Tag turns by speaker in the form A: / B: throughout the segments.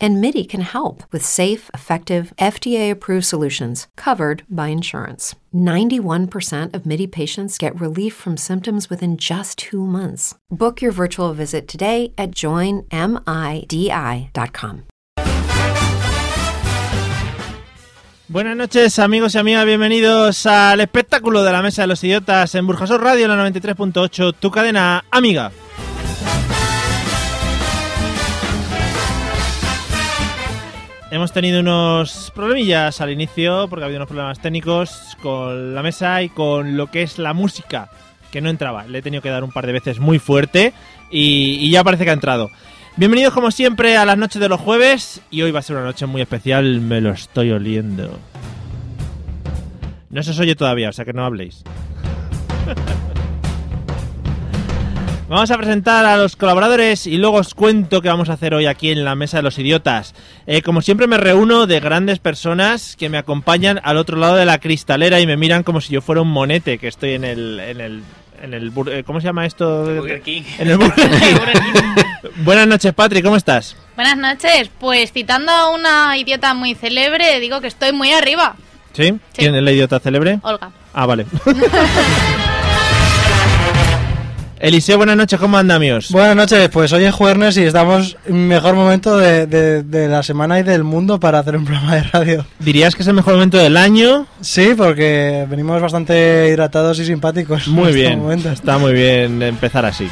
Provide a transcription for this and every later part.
A: and MIDI can help with safe, effective, FDA approved solutions covered by insurance. 91% of MIDI patients get relief from symptoms within just two months. Book your virtual visit today at joinmidi.com.
B: Buenas noches amigos y amigas, bienvenidos al espectáculo de la Mesa de los Idiotas en Burjasot Radio, la 93.8, tu cadena amiga. Hemos tenido unos problemillas al inicio porque ha habido unos problemas técnicos con la mesa y con lo que es la música que no entraba. Le he tenido que dar un par de veces muy fuerte y, y ya parece que ha entrado. Bienvenidos como siempre a las noches de los jueves y hoy va a ser una noche muy especial, me lo estoy oliendo. No se os oye todavía, o sea que no habléis. Vamos a presentar a los colaboradores y luego os cuento qué vamos a hacer hoy aquí en la Mesa de los Idiotas. Eh, como siempre me reúno de grandes personas que me acompañan al otro lado de la cristalera y me miran como si yo fuera un monete que estoy en el... En el, en el bur- eh, ¿Cómo se llama esto?
C: Burger King.
B: En el Burger King. Buenas noches, Patri, ¿cómo estás?
D: Buenas noches, pues citando a una idiota muy célebre, digo que estoy muy arriba,
B: ¿Sí? ¿Quién es la idiota célebre?
D: Olga.
B: Ah, vale. Eliseo, buenas noches, ¿cómo andamios?
E: Buenas noches, pues hoy es Juernes y estamos en mejor momento de, de- de la semana y del mundo para hacer un programa de radio.
B: ¿Dirías que es el mejor momento del año?
E: Sí, porque venimos bastante hidratados y simpáticos. en
B: Muy
E: este
B: bien,
E: momento.
B: está muy bien empezar así.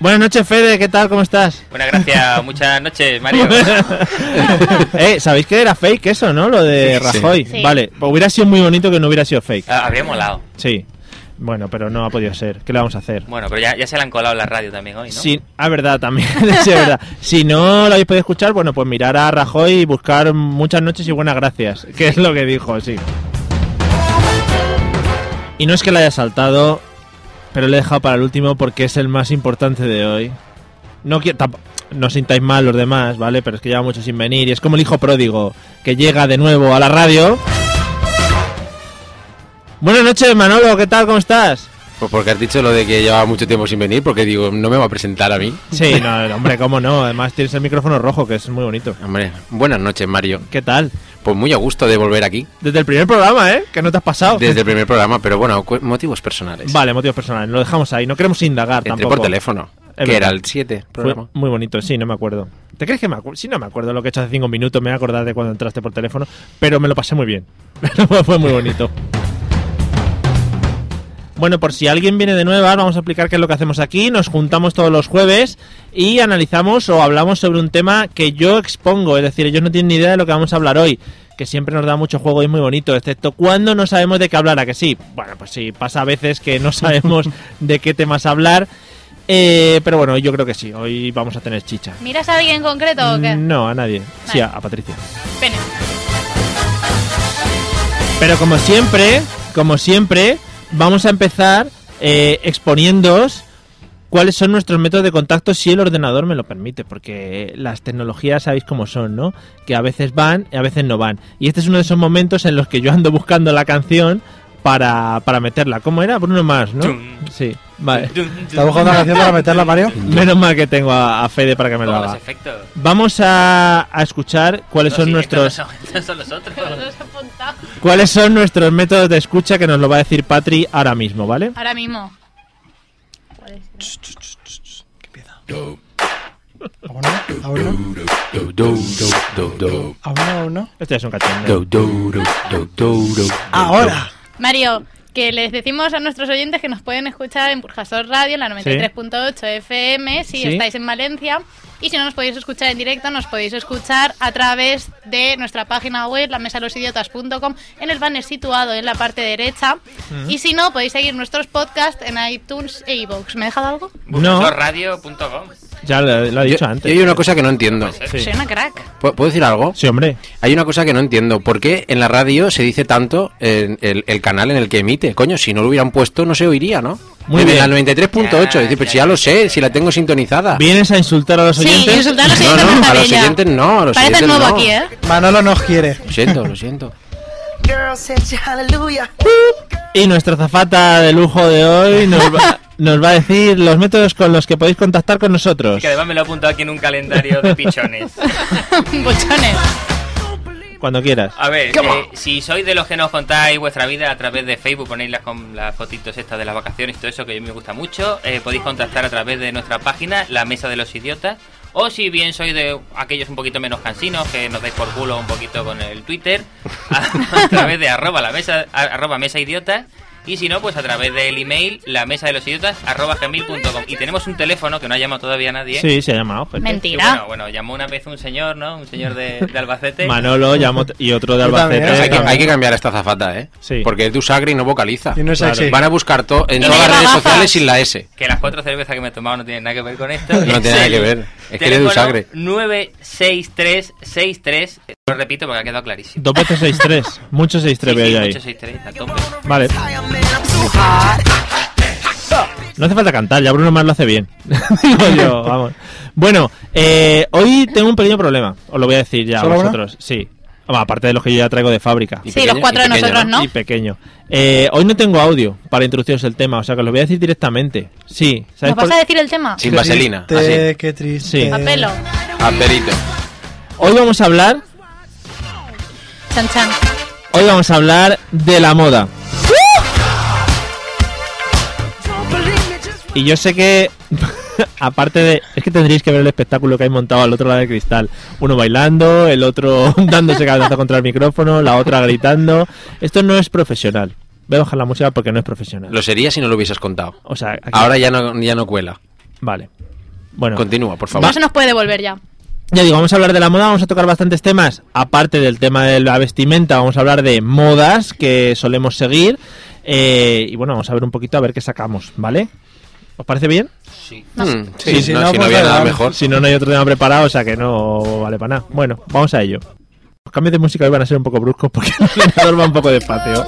B: Buenas noches, Fede, ¿qué tal? ¿Cómo estás?
C: Buenas gracias, muchas noches, Mario.
B: eh, ¿Sabéis que era fake eso, no? Lo de
F: Sí.
B: Rajoy.
D: Sí.
B: Vale, pues hubiera sido muy bonito que no hubiera sido fake.
C: Ah, Habría molado.
B: Sí. Bueno, pero no ha podido ser. ¿Qué le vamos a hacer?
C: Bueno, pero ya, ya se la han colado en la radio también hoy, ¿no?
B: Sí, ah, verdad, también, sí, es verdad. Si no lo habéis podido escuchar, bueno, pues mirar a Rajoy y buscar muchas noches y buenas gracias, que es lo que dijo, sí. Y no es que la haya saltado, pero le he dejado para el último porque es el más importante de hoy. No, qui- tamp- no os sintáis mal los demás, ¿vale? Pero es que lleva mucho sin venir y es como el hijo pródigo que llega de nuevo a la radio. Buenas noches, Manolo, ¿qué tal? ¿Cómo estás?
F: Pues porque has dicho lo de que llevaba mucho tiempo sin venir, porque digo, no me va a presentar a mí.
B: Sí, no, hombre, cómo no. Además tienes el micrófono rojo, que es muy bonito.
F: Hombre, buenas noches, Mario.
B: ¿Qué tal?
F: Pues muy a gusto de volver aquí,
B: Desde el primer programa, ¿eh? Que no te has pasado.
F: desde el primer programa, pero bueno, cu- motivos personales.
B: Vale, motivos personales. Lo dejamos ahí. No queremos indagar
F: Entré
B: tampoco.
F: por teléfono,
B: Es
F: que era
B: verdad.
F: el 7
B: Fue
F: programa.
B: muy bonito, sí, no me acuerdo. ¿Te crees que me acuerdo? Sí, no me acuerdo lo que he hecho hace cinco minutos. Me voy a acordar de cuando entraste por teléfono. Pero me lo pasé muy bien. Fue muy bonito. Bueno, por si alguien viene de nueva, vamos a explicar qué es lo que hacemos aquí. Nos juntamos todos los jueves y analizamos o hablamos sobre un tema que yo expongo. Es decir, ellos no tienen ni idea de lo que vamos a hablar hoy. Que siempre nos da mucho juego y muy bonito, excepto cuando no sabemos de qué hablar. ¿A que sí? Bueno, pues sí, pasa a veces que no sabemos de qué temas hablar. Eh, pero bueno, yo creo que sí. Hoy vamos a tener chicha.
D: ¿Miras a alguien en concreto o qué?
B: No, a nadie. Sí,
D: Vale.
B: a- a Patricia.
D: Pene.
B: Pero como siempre, como siempre, vamos a empezar eh, exponiéndoos cuáles son nuestros métodos de contacto si el ordenador me lo permite, porque las tecnologías sabéis cómo son, ¿no? Que a veces van y a veces no van. Y este es uno de esos momentos en los que yo ando buscando la canción para, para meterla. ¿Cómo era? Bruno Mars, ¿no?
C: Tum,
B: Sí, vale.
C: tum, tum,
E: ¿Estás buscando una canción para meterla, Mario?
B: Menos mal que tengo a, a Fede para que me
C: tum.
B: lo
C: Todos los
B: haga.
C: efectos.
B: Vamos a, a escuchar cuáles
C: No,
B: son
C: sí,
B: nuestros...
C: estos no son- estos son los otros.
D: Los he apuntado.
B: ¿Cuáles son nuestros métodos de escucha que nos lo va a decir Patri ahora mismo, ¿vale?
D: Ahora mismo. ¿Cuál es?
E: ¿Aún no? ¿Aún no?
F: Do, do, do, do, do.
E: ¿Aún no? ¿Aún no?
B: Este es un cachondeo.
F: Do, do, do, do, do, do, do.
E: ¡Ahora!
D: Mario, que les decimos a nuestros oyentes que nos pueden escuchar en Burjasot Radio, en la 93.8 FM, si
B: Sí.
D: estáis en Valencia. Y si no nos podéis escuchar en directo, nos podéis escuchar a través de nuestra página web, lamesalosidotas.com, en el banner situado en la parte derecha. Y si no, podéis seguir nuestros podcasts en iTunes e iVoox. ¿Me he dejado algo?
B: No.
C: Burjasorradio.com.
B: Ya lo, lo ha
F: Yo,
B: dicho
F: yo
B: antes.
F: hay una cosa que no entiendo.
B: Sí.
D: Soy una crack.
F: ¿Pu- ¿Puedo decir algo?
B: Sí, hombre.
F: Hay una cosa que no entiendo. ¿Por qué en la radio se dice tanto en el, el canal en el que emite? Coño, si no lo hubieran puesto no se oiría, ¿no?
B: Muy
F: En
B: bien.
F: La 93.8. Dice, pero si pues ya lo sé, si la tengo sintonizada.
B: ¿Vienes a insultar a los
D: Sí,
B: oyentes?
D: insultar a los
F: No,
D: oyentes me
F: no, a los
D: parece ya.
F: oyentes no, a los
D: Parece
F: oyentes
D: nuevo
F: no.
D: aquí, ¿eh?
E: Manolo nos quiere.
F: Lo siento, lo siento.
G: Girl said hallelujah.
B: Y nuestra zafata de lujo de hoy nos va, nos va a decir los métodos con los que podéis contactar con nosotros.
C: Que además me lo he apuntado aquí en un calendario de pichones.
D: Bochones.
B: Cuando quieras.
C: A ver, eh, si sois de los que nos contáis vuestra vida a través de Facebook, ponéis las, con las fotitos estas de las vacaciones y todo eso que a mí me gusta mucho, eh, podéis contactar a través de nuestra página, La Mesa de los Idiotas. O si bien sois de aquellos un poquito menos cansinos, que nos dais por culo un poquito con el Twitter, a, a través de arroba, la mesa, a- arroba mesa idiota. Y si no, pues a través del email, la mesa de los idiotas, arroba gmail.com. Y tenemos un teléfono que no ha llamado todavía nadie.
B: Sí, se ha llamado. gente.
C: Y
D: Mentira.
C: bueno, bueno, llamó una vez un señor, ¿no? Un señor de, de Albacete.
B: Manolo llamo y otro de
E: Yo también,
B: Albacete.
E: ¿eh?
F: Hay que,
B: también.
F: hay que cambiar a esta zafata, ¿eh?
B: Sí.
F: Porque es de Usagri y no vocaliza.
E: Y no es
B: Claro.
E: sexy.
F: Van a buscar to- en
D: Y no
F: todas las
D: lleva
F: redes
D: gafas.
F: sociales sin la S.
C: Que las cuatro cervezas que me he tomado no tienen nada que ver con esto.
F: No tiene nada que ver. Es que eres de Usagre.
C: 96363. Lo repito porque ha quedado clarísimo.
B: Dos veces 6-3. Mucho 6-3
C: Sí,
B: veo
C: sí,
B: yo ahí.
C: 863, a tope.
B: Vale.
G: Fire man, I'm so hot.
B: No hace falta cantar, ya Bruno Mars lo hace bien. Digo yo, vamos. Bueno, eh, hoy tengo un pequeño problema. Os lo voy a decir ya a
E: ¿Solo uno?
B: vosotros. Sí. Bueno, aparte de los que yo ya traigo de fábrica.
F: Y
D: Sí, los cuatro
F: y
D: de nosotros, ¿no?
B: Y pequeño. Eh, hoy no tengo audio para introduciros el tema, o sea que os lo voy a decir directamente. Sí, ¿sabes
D: ¿Nos vas
B: por-
D: a decir el tema?
F: Sin vaselina.
E: Triste,
F: Así.
E: Qué triste.
B: Sí.
D: A pelo.
F: Aperito.
B: Hoy vamos a hablar,
D: Chan chan.
B: hoy vamos a hablar de la moda.
G: Don't believe me, just
B: Y yo sé que, aparte de. Es que tendríais que ver el espectáculo que hay montado al otro lado del cristal. Uno bailando, el otro dándose cabeza contra el micrófono, la otra gritando. Esto no es profesional. Voy a bajar la música porque no es profesional.
F: Lo sería si no lo hubieses contado.
B: O sea, aquí-
F: Ahora ya no, ya no cuela.
B: Vale. Bueno,
F: Continúa, por favor.
D: No se nos puede devolver ya.
B: ya digo, vamos a hablar de la moda, vamos a tocar bastantes temas. Aparte del tema de la vestimenta, vamos a hablar de modas que solemos seguir. Eh, y bueno, vamos a ver un poquito a ver qué sacamos, ¿vale? ¿Os parece bien?
C: Sí.
F: Mm,
E: Sí,
F: sí,
E: si
F: no,
E: no,
F: si no
E: pues
F: había
E: le
F: nada
E: damos.
F: mejor.
B: Si no, no hay otro tema preparado, o sea que no vale para nada. Bueno, vamos a ello. Los cambios de música hoy van a ser un poco bruscos porque el ordenador va un poco despacio.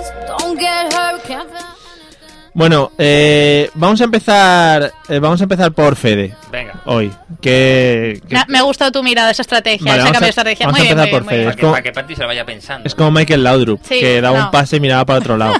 B: Bueno, eh, vamos a empezar eh, vamos a empezar por Fede
C: Venga.
B: hoy. Que, que-
D: Na- Me ha gustado tu mirada, esa estrategia,
B: Vale,
D: ese
B: vamos
D: cambio de
B: a-
D: estrategia.
B: vamos
D: Muy
B: a
D: bien,
B: empezar
D: muy
B: por
D: bien, muy
B: Fede.
C: Para
B: es
D: bien.
C: que,
B: como-
C: para que Pati se lo vaya pensando.
B: es como Michael Laudrup,
D: Sí,
B: que daba un
D: no.
B: pase y miraba para otro lado.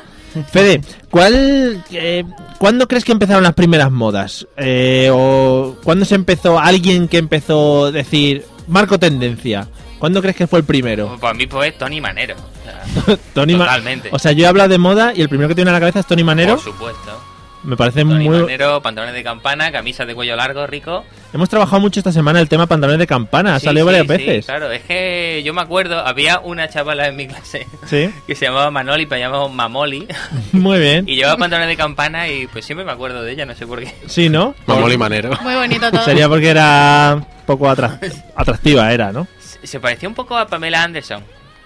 B: Fede, ¿cuál, eh, ¿cuándo crees que empezaron las primeras modas? Eh, ¿O cuándo se empezó alguien que empezó a decir marco tendencia? ¿Cuándo crees que fue el primero?
C: Para mí, pues es Tony Manero. O sea,
B: Tony Ma-
C: Totalmente.
B: O sea, yo he hablado de moda y el primero que tiene en la cabeza es Tony Manero.
C: Por supuesto.
B: Me parece
C: Tony
B: muy.
C: Manero, pantalones de campana, camisas de cuello largo, rico.
B: Hemos trabajado mucho esta semana el tema pantalones de campana. Ha
C: Sí,
B: salido
C: sí,
B: varias
C: sí,
B: veces.
C: claro, es que yo me acuerdo, había una chavala en mi clase
B: Sí,
C: que se llamaba Manoli, pero llamaba Mamoli.
B: muy bien.
C: Y llevaba pantalones de campana y pues siempre me acuerdo de ella, no sé por qué.
B: Sí, ¿no?
F: Mamón y manero.
D: Muy bonito todo.
B: Sería porque era poco atra- atractiva, era, ¿no?
C: Se se parecía un poco a Pamela Anderson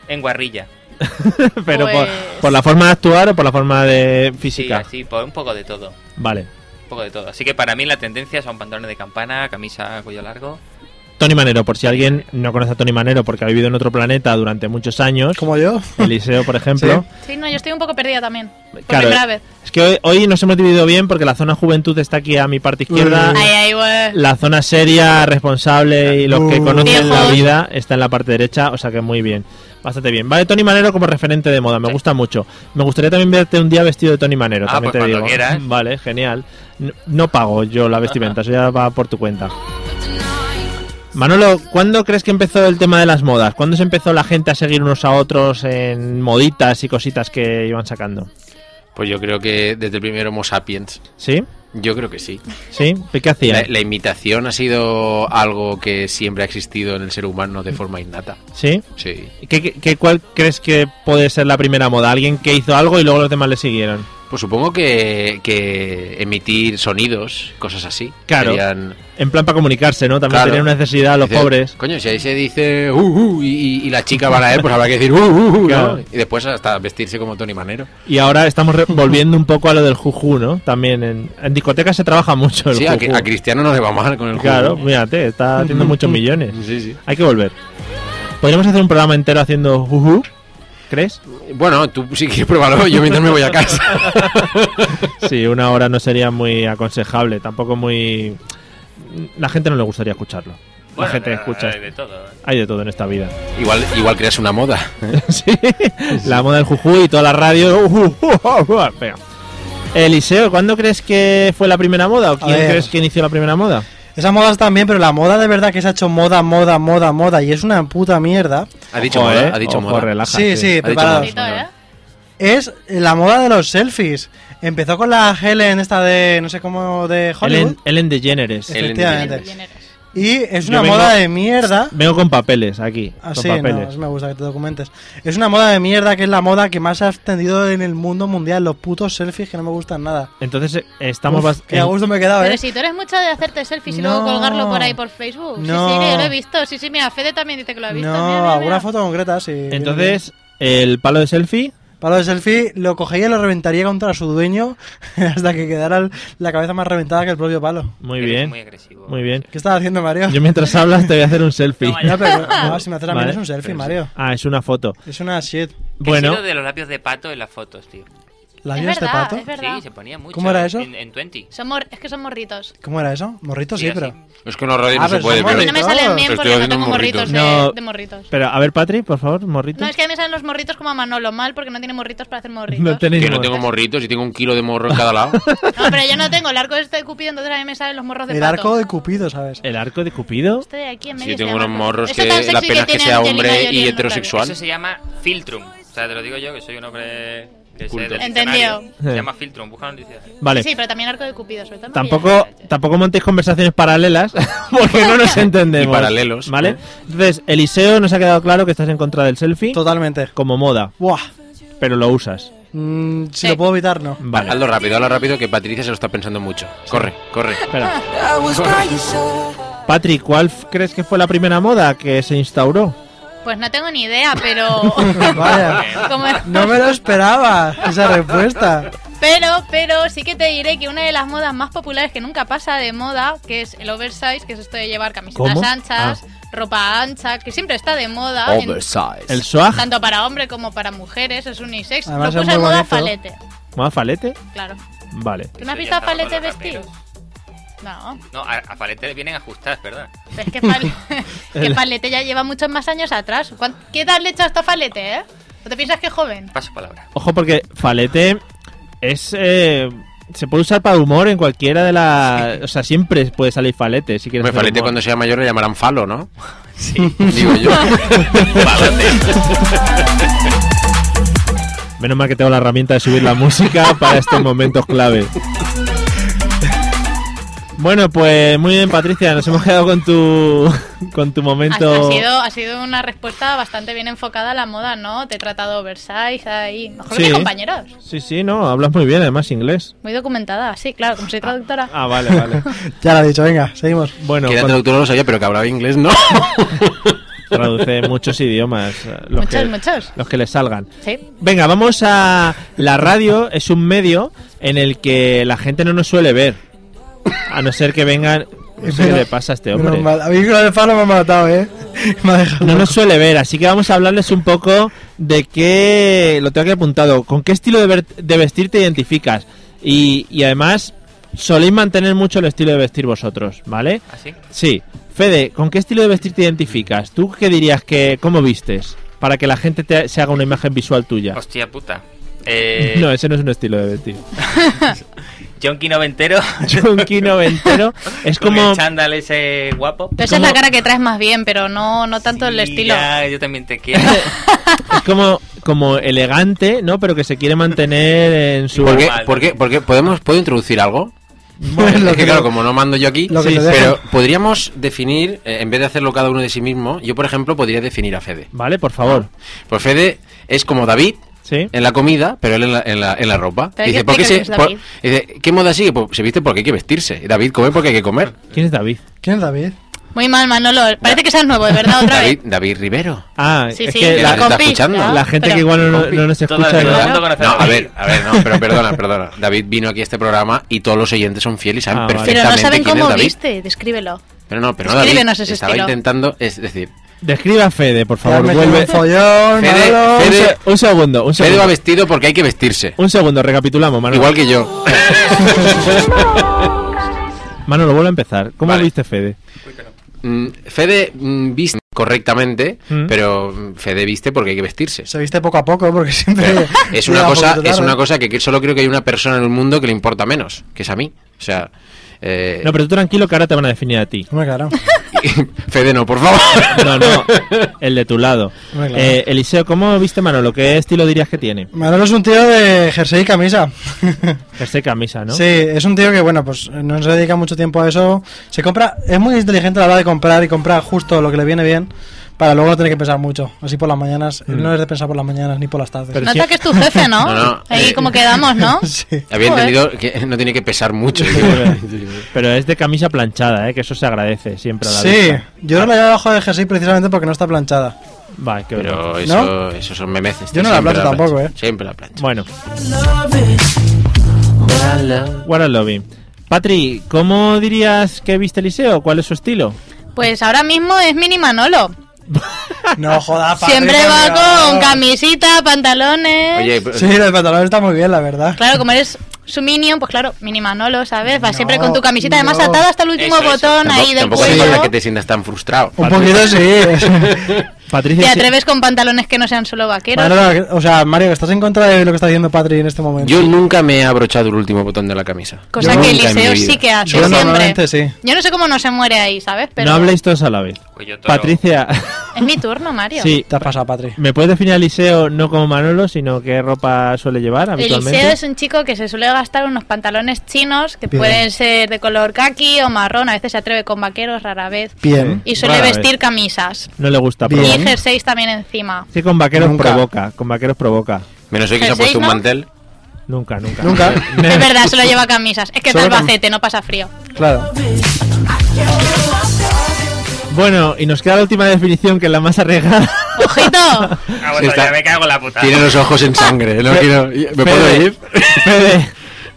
C: en Guarrilla.
B: Pero por,
D: Pues-
B: por la forma de actuar o por la forma de
C: Sí,
B: física.
C: así, por un poco de todo.
B: Vale.
C: Un poco de todo. Así que para mí la tendencia son pantalones de campana, camisa, cuello largo.
B: Tony Manero, por si alguien no conoce a Tony Manero porque ha vivido en otro planeta durante muchos años,
E: Como yo.
B: Eliseo, por ejemplo.
D: Sí, no, yo estoy un poco perdida también. Por
B: Claro.
D: primera vez.
B: Es que hoy, hoy nos hemos dividido bien porque la zona juventud está aquí a mi parte izquierda.
E: Mm.
D: Ay, ay, güey.
B: La zona seria, responsable y los que
E: Uh.
B: conocen la
D: Viejos.
B: vida está en la parte derecha, o sea que muy bien. Bastante bien. Vale, Tony Manero como referente de moda, me
C: Sí.
B: gusta mucho. Me gustaría también verte un día vestido de Tony Manero,
C: Ah,
B: también
C: pues
B: te
C: cuando
B: digo.
C: quieras.
B: Vale, genial. No, no pago yo la vestimenta, eso ya va por tu cuenta. Manolo, ¿cuándo crees que empezó el tema de las modas? ¿Cuándo se empezó la gente a seguir unos a otros en moditas y cositas que iban sacando?
F: Pues yo creo que desde el primer Homo sapiens.
B: ¿Sí?
F: Yo creo que sí.
B: ¿Sí? eh. ¿Qué hacían?
F: La, la imitación ha sido algo que siempre ha existido en el ser humano de forma innata.
B: ¿Sí?
F: Sí.
B: ¿Qué, qué- qué- cuál crees que puede ser la primera moda? ¿Alguien que hizo algo y luego los demás le siguieron?
F: Pues supongo que, que emitir sonidos, cosas así.
B: Claro.
F: serían-
B: En plan para comunicarse, ¿no? También
F: Claro.
B: tenían una necesidad los
F: dice,
B: pobres.
F: Coño, si ahí se dice uh, uh, y, y la chica va a él, pues habrá que decir uh, uh, uh, ¿no?
B: Claro.
F: Y después hasta vestirse como Tony Manero.
B: Y ahora estamos re- volviendo un poco a lo del juju, ¿no? También en, en discotecas se trabaja mucho el
F: sí, a,
B: juju.
F: que- a Cristiano no le va mal con el
B: Claro,
F: juego.
B: fíjate, está haciendo muchos millones.
F: Sí, sí.
B: Hay que volver. Podríamos hacer un programa entero haciendo juju ¿Crees?
F: Bueno, tú sí que pruébalo, yo mientras me voy a casa.
B: Sí, una hora no sería muy aconsejable, tampoco muy... La gente no le gustaría escucharlo.
C: Bueno,
B: la gente
C: hay
B: escucha.
C: de todo. ¿eh?
B: Hay de todo en esta vida.
F: Igual, igual creas una moda. ¿eh?
B: Sí, la moda del Jujuy y toda la radio. Uh, Venga. uh, Eliseo, ¿cuándo crees que fue la primera moda? ¿O quién
E: ver.
B: crees que inició la primera moda?
E: Esa moda está bien, pero la moda de verdad que se ha hecho moda, moda, moda, moda y es una puta mierda.
F: Ha dicho
B: Ojo,
F: moda,
B: eh,
F: ha dicho
B: ojo,
F: moda.
B: relaja,
E: Sí, sí,
F: Ha dicho
E: preparados.
F: moda.
D: Bonito, ¿eh?
E: Es la moda de los selfies. Empezó con la Helen esta de no sé cómo de Hollywood.
B: Ellen, Ellen DeGeneres.
F: Ellen
E: Efectivamente.
D: Milloneros.
E: Y es
B: Yo
E: una
B: vengo-
E: moda de mierda.
B: Vengo con papeles aquí.
E: Así,
B: con
E: Ah, no,
B: papeles.
E: eso me gusta que te documentes. Es una moda de mierda que es la moda que más se ha extendido en el mundo mundial. Los putos selfies que no me gustan nada.
B: Entonces eh, estamos
E: Uf,
B: bas-
E: que a
B: en-
E: gusto me he quedado,
D: Pero
E: ¿eh?
D: si tú eres mucho de hacerte selfies y
E: No.
D: luego colgarlo por ahí por Facebook.
E: No.
D: Sí, sí, que yo lo he visto. Sí, sí, mira, Fede también dice que lo ha visto. Mira, mira,
E: No,
D: mira.
E: alguna foto concreta, sí.
B: Entonces, el palo de selfie.
E: Palo de selfie lo cogería y lo reventaría contra su dueño hasta que quedara el- la cabeza más reventada que el propio palo.
B: Muy
C: Eres
B: bien.
C: Muy agresivo.
B: Muy bien.
E: ¿Qué estás haciendo, Mario?
B: Yo mientras hablas te voy a hacer un selfie.
C: Toma ya.
E: No, pero no, si me haces la mía
B: Vale.
E: es un
B: Pero
E: selfie,
B: sí.
E: Mario.
B: Ah, es una foto.
E: Es una shit.
B: Bueno,
C: Bueno. de los labios de pato en las fotos, tío.
D: Es
E: ¿Labios de este
D: verdad,
E: pato?
D: es verdad.
C: Sí, se ponía mucho.
E: ¿Cómo era eso?
C: En, en 20.
D: Son mor- es que son morritos.
E: ¿Cómo era eso? Morrito sí,
C: Sí,
E: pero...
C: así.
F: Es que no, radio
E: Ah,
F: no se
E: pero
F: puede,
E: somos
F: pero-
D: No me salen bien
F: Estoy
D: porque no
F: haciendo
D: tengo morritos,
F: morritos.
D: de,
B: No.
D: de morritos.
B: pero a ver, Patri, por favor, morrito.
D: No, es que me salen los morritos como a Manolo, mal porque no tiene morritos para hacer morritos.
B: No tenéis
F: Que no
B: moda.
F: tengo morritos y tengo un kilo de morro en cada lado.
D: No, pero yo no tengo el arco este de Cupido, entonces a mí me salen los morros de
E: El
D: pato.
E: arco de Cupido, ¿sabes?
B: El arco de Cupido.
D: Este de aquí en
F: Sí,
D: medio
F: tengo
D: se llama
F: unos
D: arco.
F: morros
D: Eso
F: que
D: tan
F: la
D: sexy
F: pena es que
D: tiene
F: sea
D: Angelina
F: hombre y
D: Jolie en los
F: heterosexual.
D: labios.
C: Eso se llama filtrum. O sea, te lo digo yo que soy un hombre que sé
F: Culto.
C: del
D: Entendido.
C: diccionario.
B: Eh.
C: Se llama filtrum, busca noticias.
B: Vale.
D: Sí, pero también arco de Cupido, sobre todo. en
B: Tampoco,
D: maquillaje.
B: tampoco montéis conversaciones paralelas porque no nos entendemos.
F: Y paralelos,
B: ¿Vale?
F: ¿eh?
B: Entonces, Eliseo nos ha quedado claro que estás en contra del selfie
E: Totalmente.
B: como moda,
E: Buah.
B: pero lo usas.
E: Mm, si
D: Sí.
E: lo puedo evitar, no.
B: Vale.
F: Hazlo rápido, hazlo rápido que Patricia se lo está pensando mucho. Corre, corre.
B: Espera.
G: I was by your side.
B: Patri, ¿cuál f- crees que fue la primera moda que se instauró?
D: Pues no tengo ni idea, pero.
E: Vaya.
D: Como-
E: No me lo esperaba esa respuesta.
D: Pero, pero sí que te diré que una de las modas más populares que nunca pasa de moda, que es el oversize, que es esto de llevar camisetas
B: ¿Cómo?
D: anchas, ropa ancha, que siempre está de moda, en-
B: El swag,
D: tanto para hombre como para mujeres, es unisex.
E: Además,
D: Lo
E: es
D: puse de
E: muy
D: moda
E: bonito.
D: falete,
B: moda falete.
D: claro.
B: Vale.
D: ¿Tú no
C: Eso
D: has visto
C: ya estaba
D: a
C: con
D: falete
C: los
D: vestir?
C: raperos.
D: No,
C: No, a, a Falete le vienen ajustadas, ¿verdad?
D: pero es que, Fal- que falete ya lleva muchos más años atrás. ¿Cuán- ¿Qué edad le he hecho hasta falete, eh? ¿No te piensas que es joven?
C: Paso palabra.
B: Ojo porque falete es... eh, se puede usar para humor en cualquiera de las... O sea, siempre puede salir falete si quieres
F: Me
B: hacer
F: falete
B: humor.
F: cuando sea mayor le llamarán falo, ¿no? Sí. Digo yo.
B: Menos mal que tengo la herramienta de subir la música para estos momentos clave. Bueno, pues muy bien, Patricia, nos hemos quedado con tu con tu
D: Ha, ha
B: momento.
D: sido, ha sido una respuesta bastante bien enfocada a la moda, ¿no? Te he tratado oversize ahí. Mejor que
B: Sí.
D: mis compañeros.
B: Sí, sí, no, hablas muy bien, además inglés.
D: Muy documentada, sí, claro, como soy traductora.
B: Ah, vale, vale.
E: Ya lo he dicho, venga, seguimos.
B: Bueno, pues,
F: que era
B: cuando-
F: traductor no lo sabía, pero que hablaba inglés, ¿no?
B: traduce muchos idiomas, eh, los
D: muchos,
B: que,
D: muchos.
B: los que le salgan.
D: Sí.
B: Venga, vamos a la radio. Es un medio en el que la gente no nos suele ver, a no ser que vengan. No sé qué le pasa a este hombre.
E: Menos mal. A mí con el palo me ha matado, ¿eh? Me ha dejado.
B: No nos suele ver, así que vamos a hablarles un poco de qué. Lo tengo aquí apuntado. ¿Con qué estilo de, ver- de vestir te identificas? Y, y además, soléis mantener mucho el estilo de vestir vosotros, ¿vale?
C: ¿Así?
B: Sí. Fede, ¿con qué estilo de vestir te identificas? ¿Tú qué dirías que. ¿Cómo vistes? Para que la gente te- se haga una imagen visual tuya.
C: Hostia puta. Eh,
B: No, ese no es un estilo de vestir.
C: Yonki noventero.
B: Chunky noventero. Es
C: Con
B: como.
C: el chándal ese guapo.
D: Pero esa es la
B: ¿Cómo?
D: cara que traes más bien, pero no, no tanto el
C: Sí,
D: estilo.
C: ya, yo también te quiero.
B: Es como. Como elegante, ¿no? Pero que se quiere mantener en su.
F: ¿Por qué? ¿Por qué? ¿Por qué? ¿Podemos, ¿Puedo introducir algo?
E: Lo
F: es que
E: que-
F: claro, como no mando yo aquí,
E: lo que
F: sí,
E: te dejan.
F: pero podríamos definir, eh, en vez de hacerlo cada uno de sí mismo, yo por ejemplo podría definir a Fede.
B: Vale, por favor.
C: Ah.
F: Pues Fede es como David
B: Sí.
F: en la comida, pero él en la, en la, en la ropa.
D: Pero hay que
F: ¿por qué
D: explicar
F: se-
D: quién es
F: por- dice, ¿qué moda sigue? Pues se viste porque hay que vestirse. David come porque hay que comer.
B: ¿Quién es David?
E: ¿Quién es David?
D: Muy mal, Manolo. Parece que seas nuevo, de verdad, otra
F: David,
D: vez.
F: David Rivero.
B: Ah,
D: Sí,
B: es
D: sí,
B: que
F: Que
B: la,
F: nos está
D: compi,
F: escuchando.
D: ya.
B: la gente
D: Pero-
B: que igual no, no nos
C: Todo
B: escucha.
C: el
B: ¿verdad?
C: mundo conoce
F: No, a
C: David.
F: ver, a ver, no, pero perdona, perdona. David vino aquí a este programa y todos los oyentes son fieles y saben
B: Ah, vale.
D: Pero no
F: perfectamente
D: saben
F: quién
D: cómo
F: es David.
D: viste, descríbelo.
F: Pero no, pero no, David
D: Escríbenos ese
F: estaba
D: estilo.
F: intentando, es decir,
B: Describe a Fede, por
E: Ya
B: favor.
E: me
B: Vuelve.
E: un follón,
F: Fede,
E: Manolo.
B: Un
F: Fede-
B: se- un segundo, un
F: Fede va
B: segundo.
F: vestido porque hay que vestirse.
B: Un segundo, recapitulamos, Manolo.
F: Igual que yo.
B: Manolo, vuelve a empezar. ¿Cómo
F: Vale.
B: viste Fede?
F: Mm, Fede mm, viste correctamente,
B: Mm.
F: pero mm, Fede viste porque hay que vestirse.
E: Se viste poco a poco porque siempre.
F: Es
E: llega
F: una
E: un
F: cosa,
E: poquito
F: es
E: tarde.
F: una cosa que que solo creo que hay una persona en el mundo que le importa menos, que es a mí. O sea, eh,
B: No, pero tú tranquilo que ahora te van a definir a ti.
E: Hombre, claro.
F: Fede no, por favor.
B: No, no, el de tu lado.
E: Hombre, claro.
B: Eh, Eliseo, ¿cómo viste Manolo? ¿Qué estilo dirías que tiene?
E: Manolo es un tío de jersey y camisa.
B: Jersey, camisa, ¿no?
E: Sí, es un tío que, bueno, pues no se dedica mucho tiempo a eso. Se compra, es muy inteligente a la hora de comprar y comprar justo lo que le viene bien para luego no tener que pensar mucho. Así por las mañanas, él no es de pensar por las mañanas ni por las tardes.
B: Mm. Pero-
D: Nota que es tu jefe, ¿no?
F: No, no,
D: Ahí
F: eh.
D: como quedamos, ¿no? ¿eh?
E: Sí.
F: Había
D: Joder.
F: entendido que no tiene que pesar mucho.
B: Pero es de camisa planchada, ¿eh? que eso se agradece siempre a la
E: Sí,
B: vista.
E: yo no la llevo abajo de jersey precisamente porque no está planchada.
B: Vale, qué vergüenza.
F: Pero eso, eso son memeces.
E: Yo no la
F: Siempre
E: plancho tampoco,
F: plancha.
E: ¿eh?
F: Siempre la plancha.
B: Bueno. What a lobby. Patri, ¿cómo dirías que viste Eliseo? ¿Cuál es su estilo?
D: Pues ahora mismo es mini Manolo.
E: No jodas, Patri,
D: Siempre
E: por
D: va
E: Dios.
D: con camisita, pantalones.
F: Oye,
E: Sí, el pantalón está muy bien, la verdad.
D: Claro, como eres su minion, pues claro, mini Manolo, ¿sabes? Va
E: No,
D: siempre con tu camisita, además
E: no.
D: atada hasta el último
C: Eso, eso.
D: botón
F: tampoco,
D: ahí del
F: tampoco hace
D: cuello.
F: falta que te sientas tan frustrado.
E: Un
B: Patri-
E: poquito sí.
B: Patricia,
D: Te
B: sí-
D: atreves con pantalones que no sean solo vaqueros.
E: Manolo, o sea, Mario, estás en contra de lo que está diciendo Patri en este momento.
F: Yo nunca me he abrochado el último botón de la camisa.
D: Cosa
F: Yo
D: que
F: nunca en mi
D: Eliseo
F: vida.
D: sí que hace
E: Yo
D: siempre.
E: normalmente sí.
D: Yo no sé cómo no se muere ahí, ¿sabes? Pero
B: No habléis todos a la vez.
C: Pues yo todo.
B: Patricia,
D: es mi turno, Mario.
B: sí.
E: Te has pasado, Patri.
B: ¿Me puedes definir a Eliseo no como Manolo, sino qué ropa suele llevar habitualmente?
D: Eliseo es un chico que se suele gastar unos pantalones chinos que
E: Bien.
D: pueden ser de color kaki o marrón, a veces se atreve con vaqueros, rara vez.
E: Bien.
D: Y suele
B: Rara vez.
D: vestir camisas.
B: No le gusta
E: Bien.
B: provocar.
D: Y jerseys también encima.
B: Sí, con vaqueros
E: Nunca.
B: provoca, con vaqueros provoca.
F: Menos hoy que se ha
D: Jerseys,
F: puesto un
D: ¿no?
F: mantel.
B: Nunca, nunca.
E: Nunca.
D: Es verdad, solo lleva camisas. Es que es de
E: Solo cam-
D: Albacete, no pasa frío.
E: Claro.
B: Bueno, y nos queda la última definición que es la más arriesgada.
D: ¡Ojito!
C: Ah, bueno,
F: Sí, está-
C: ya me cago en la puta.
F: Tiene los ojos en sangre. no quiero- ¿Me puedo
B: Fede,
F: ir?
B: Fede,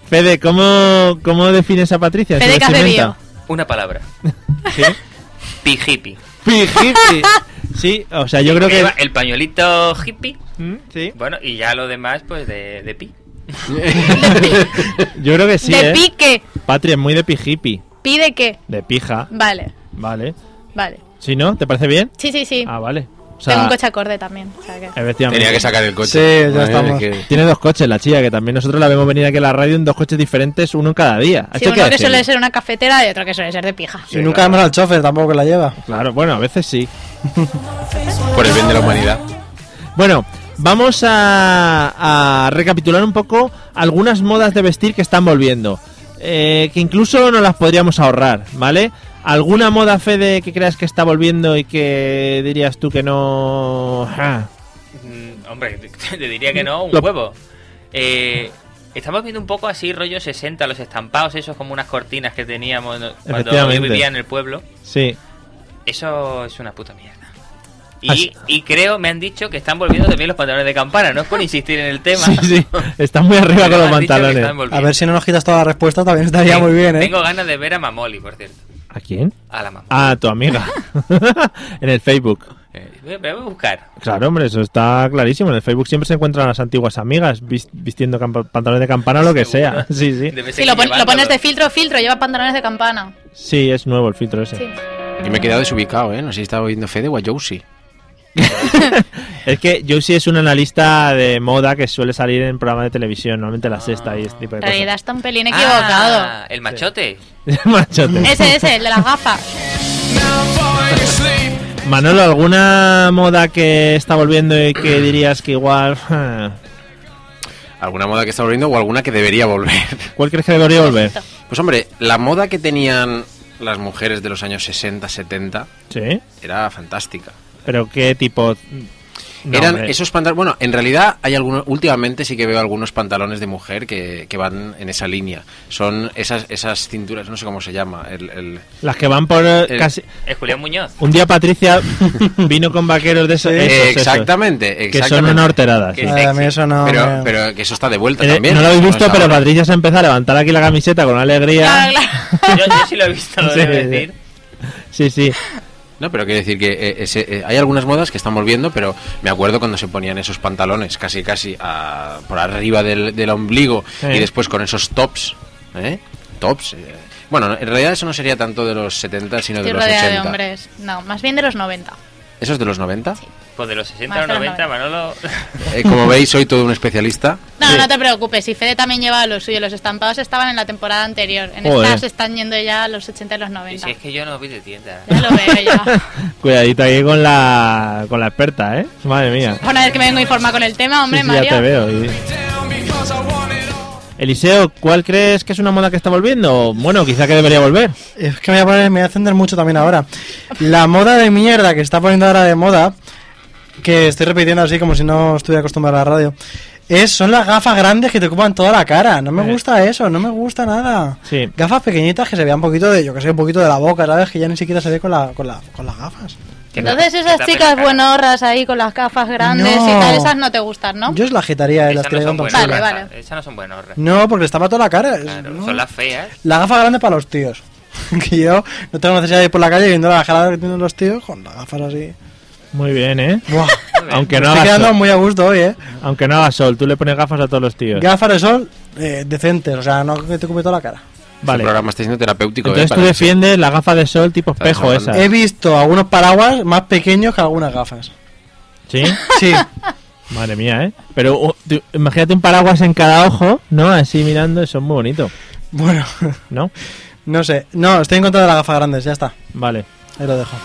B: Fede, ¿cómo, ¿cómo defines a Patricia?
D: Fede, ¿qué has bebido?
C: Una palabra.
B: ¿Sí?
C: Pijipi.
B: Pijipi. Sí, o sea, yo creo que...
C: Lleva El pañuelito hippie.
F: ¿eh?
B: ¿Mm? Sí.
C: Bueno, y ya lo demás, pues de, de pi.
B: Yo creo que sí,
D: ¿De
B: ¿eh?
D: pique?
B: Patri es muy de pijipi.
D: ¿Pide qué?
B: De pija.
D: Vale,
B: Vale.
D: vale.
B: ¿Sí, no? ¿Te parece bien?
D: Sí, sí, sí.
B: Ah, vale. O sea,
D: Tengo un coche acorde también. o sea que-
B: Efectivamente.
F: Tenía que sacar el coche.
E: Sí, ya
F: Bueno, es
E: estamos.
F: que-
B: Tiene dos coches la chía, que también nosotros la vemos venir aquí a la radio en dos coches diferentes, uno cada día.
D: Sí,
B: Esto hay
D: uno que
B: decirlo.
D: suele ser una cafetera y otro que suele ser de pija.
E: y nunca vemos al chofer tampoco que la lleva.
B: Claro, bueno, a veces sí.
F: Por el bien de la humanidad.
B: Bueno, vamos a, a recapitular un poco algunas modas de vestir que están volviendo. eh, que incluso no las podríamos ahorrar, ¿vale? ¿Alguna moda, Fede, que creas que está volviendo y que dirías tú que no... Ah,
C: Mm, hombre, te te diría que no, un
B: Lo-
C: huevo. Eh, estamos viendo un poco así, rollo 60, los estampados, esos como unas cortinas que teníamos ¿no? cuando yo
B: Efectivamente.
C: vivía en el pueblo.
B: sí.
C: Eso es una puta mierda.
B: Así-
C: Y, y creo, me han dicho que están volviendo también los pantalones de campana, no es por insistir en el tema.
B: Sí, sí. Estás muy arriba
C: Pero
B: con los
C: me han dicho que
B: pantalones.
C: están volviendo.
E: A ver si no nos quitas toda la respuesta, también estaría muy bien, ¿eh?
C: Tengo ganas de ver a Mamoli, por cierto.
B: ¿A quién?
C: A la Mamoli.
B: Ah, tu amiga. en el Facebook.
C: Eh, voy a- voy a buscar.
B: Claro, hombre, eso está clarísimo. En el Facebook siempre se encuentran las antiguas amigas vis- vistiendo campa- pantalones de campana o lo que sea.
C: Seguro.
B: Sí, sí.
C: Debe
D: Si
C: seguir
D: lo, pon- lo pones
C: llevándolo.
D: de filtro, filtro, lleva pantalones de campana.
B: Sí, es nuevo el filtro ese.
D: Sí.
F: Yo me he quedado desubicado, ¿eh? No sé si estaba oyendo Fede o a Josie.
B: Es que Josie es un analista de moda que suele salir en programas de televisión, normalmente la sexta y este tipo de
D: En
B: cosas.
D: realidad está un pelín equivocado.
C: Ah, el machote.
B: Machote.
D: Ese, ese, el de las gafas.
B: Manolo, ¿alguna moda que está volviendo y que dirías que igual... ah,
F: ¿Alguna moda que está volviendo o alguna que debería volver?
B: ¿Cuál crees que debería volver?
F: Pues hombre, la moda que tenían las mujeres de los años 60, 70
B: Sí.
F: era fantástica.
B: ¿Pero qué tipo...? No,
F: Eran
B: hombre.
F: esos pantalones. Bueno, en realidad hay algunos. Últimamente sí que veo algunos pantalones de mujer que, que van en esa línea. Son esas, esas cinturas, no sé cómo se llama. El, el-
B: Las que van por eh,
F: El-
B: casi...
C: Es Julián Muñoz.
B: Un día Patricia vino con vaqueros de esos...
E: Sí.
B: esos,
F: Eh,
B: esos.
F: exactamente,
B: Que son
F: exactamente.
B: una horterada. sí.
C: Que-
E: Ay, a mí eso no.
F: Pero,
E: me-
F: pero que eso está de vuelta
B: Eh,
F: también.
B: no lo habéis visto,
F: está
B: pero
F: ahora.
B: Patricia se ha empezado a levantar aquí la camiseta con alegría.
D: Claro, claro.
C: Yo, yo sí lo he visto, lo
B: Sí,
C: debo
B: sí,
C: decir.
B: Sí, sí.
F: No, pero quiero decir que eh, ese- eh, hay algunas modas que están volviendo, pero me acuerdo cuando se ponían esos pantalones casi casi a- por arriba del, del ombligo
B: Sí.
F: y después con esos tops, ¿eh? Tops. eh. Bueno, en realidad eso no sería tanto de los 70, sino
D: Estoy
F: de los
D: rodeada de
F: 80.
D: hombres. No, más bien de los 90.
F: ¿Eso es de los 90?
C: Pues de los 60
D: Más
C: a
D: de
C: los
D: los
C: 90, Manolo.
F: Eh, como veis, soy todo un especialista.
D: No, no te preocupes. Si Fede también lleva los suyos, los estampados estaban en la temporada anterior. En
B: Joder.
D: estas están yendo ya a los 80 y los
C: Y
D: 90.
C: si es que yo no vi de tienda.
D: Ya lo veo ya.
B: Cuidadito aquí con la, con la experta, ¿eh? Madre mía.
D: Una vez que me vengo informada con el tema, hombre,
B: Sí, sí,
D: Mario.
B: ya te veo. y- Eliseo, ¿cuál crees que es una moda que está volviendo? Bueno, quizá que debería volver.
E: Es que me voy a poner, me voy a encender mucho también ahora. La moda de mierda que está poniendo ahora de moda, que estoy repitiendo así como si no estuviera acostumbrado a la radio, es son las gafas grandes que te ocupan toda la cara. No me
B: Eh.
E: gusta eso, no me gusta nada.
B: Sí.
E: Gafas pequeñitas que se vean un poquito de, yo que sé, un poquito de la boca, ¿sabes? Que ya ni siquiera se ve con, la, con, la- con las gafas.
D: Entonces esas chicas buenorras ahí con las gafas grandes
E: No.
D: y tal, esas no te gustan, ¿no?
E: Yo es la agitaría de las
C: Esas
E: Eh, que
C: no
E: le
C: son
E: dan tan
C: buenas.
E: chulas.
D: Vale,
C: razas,
D: vale.
C: Esas no son buenas. razas.
E: No, porque les tapa toda la cara. es-
C: Claro,
E: no.
C: son las feas.
E: La gafa grande para los tíos. que yo no tengo necesidad de ir por la calle viendo la jalada que tienen los tíos con las gafas así.
B: Muy bien, ¿eh?
E: Buah.
B: Aunque
E: Me
B: no,
E: estoy
B: haga
E: quedando
B: sol,
E: muy a gusto hoy, eh.
B: aunque no haga sol, tú le pones gafas a todos los tíos.
E: Gafas de sol eh, decentes, o sea, no que te cubre toda la cara.
F: El
B: Vale.
F: programa está siendo terapéutico. ¿eh?
B: Entonces tú
F: Para-
B: defiendes la gafa de sol tipo
F: Estás
B: espejo esa.
F: hablando.
E: He visto algunos paraguas más pequeños que algunas gafas.
B: ¿Sí?
E: Sí,
B: Madre mía, ¿eh? Pero oh, tú- imagínate un paraguas en cada ojo, ¿no? Así mirando, eso es muy bonito,
E: bueno,
B: ¿no?
E: no sé. No, estoy en contra de las gafas grandes, ya está.
B: Vale.
E: Ahí lo dejo.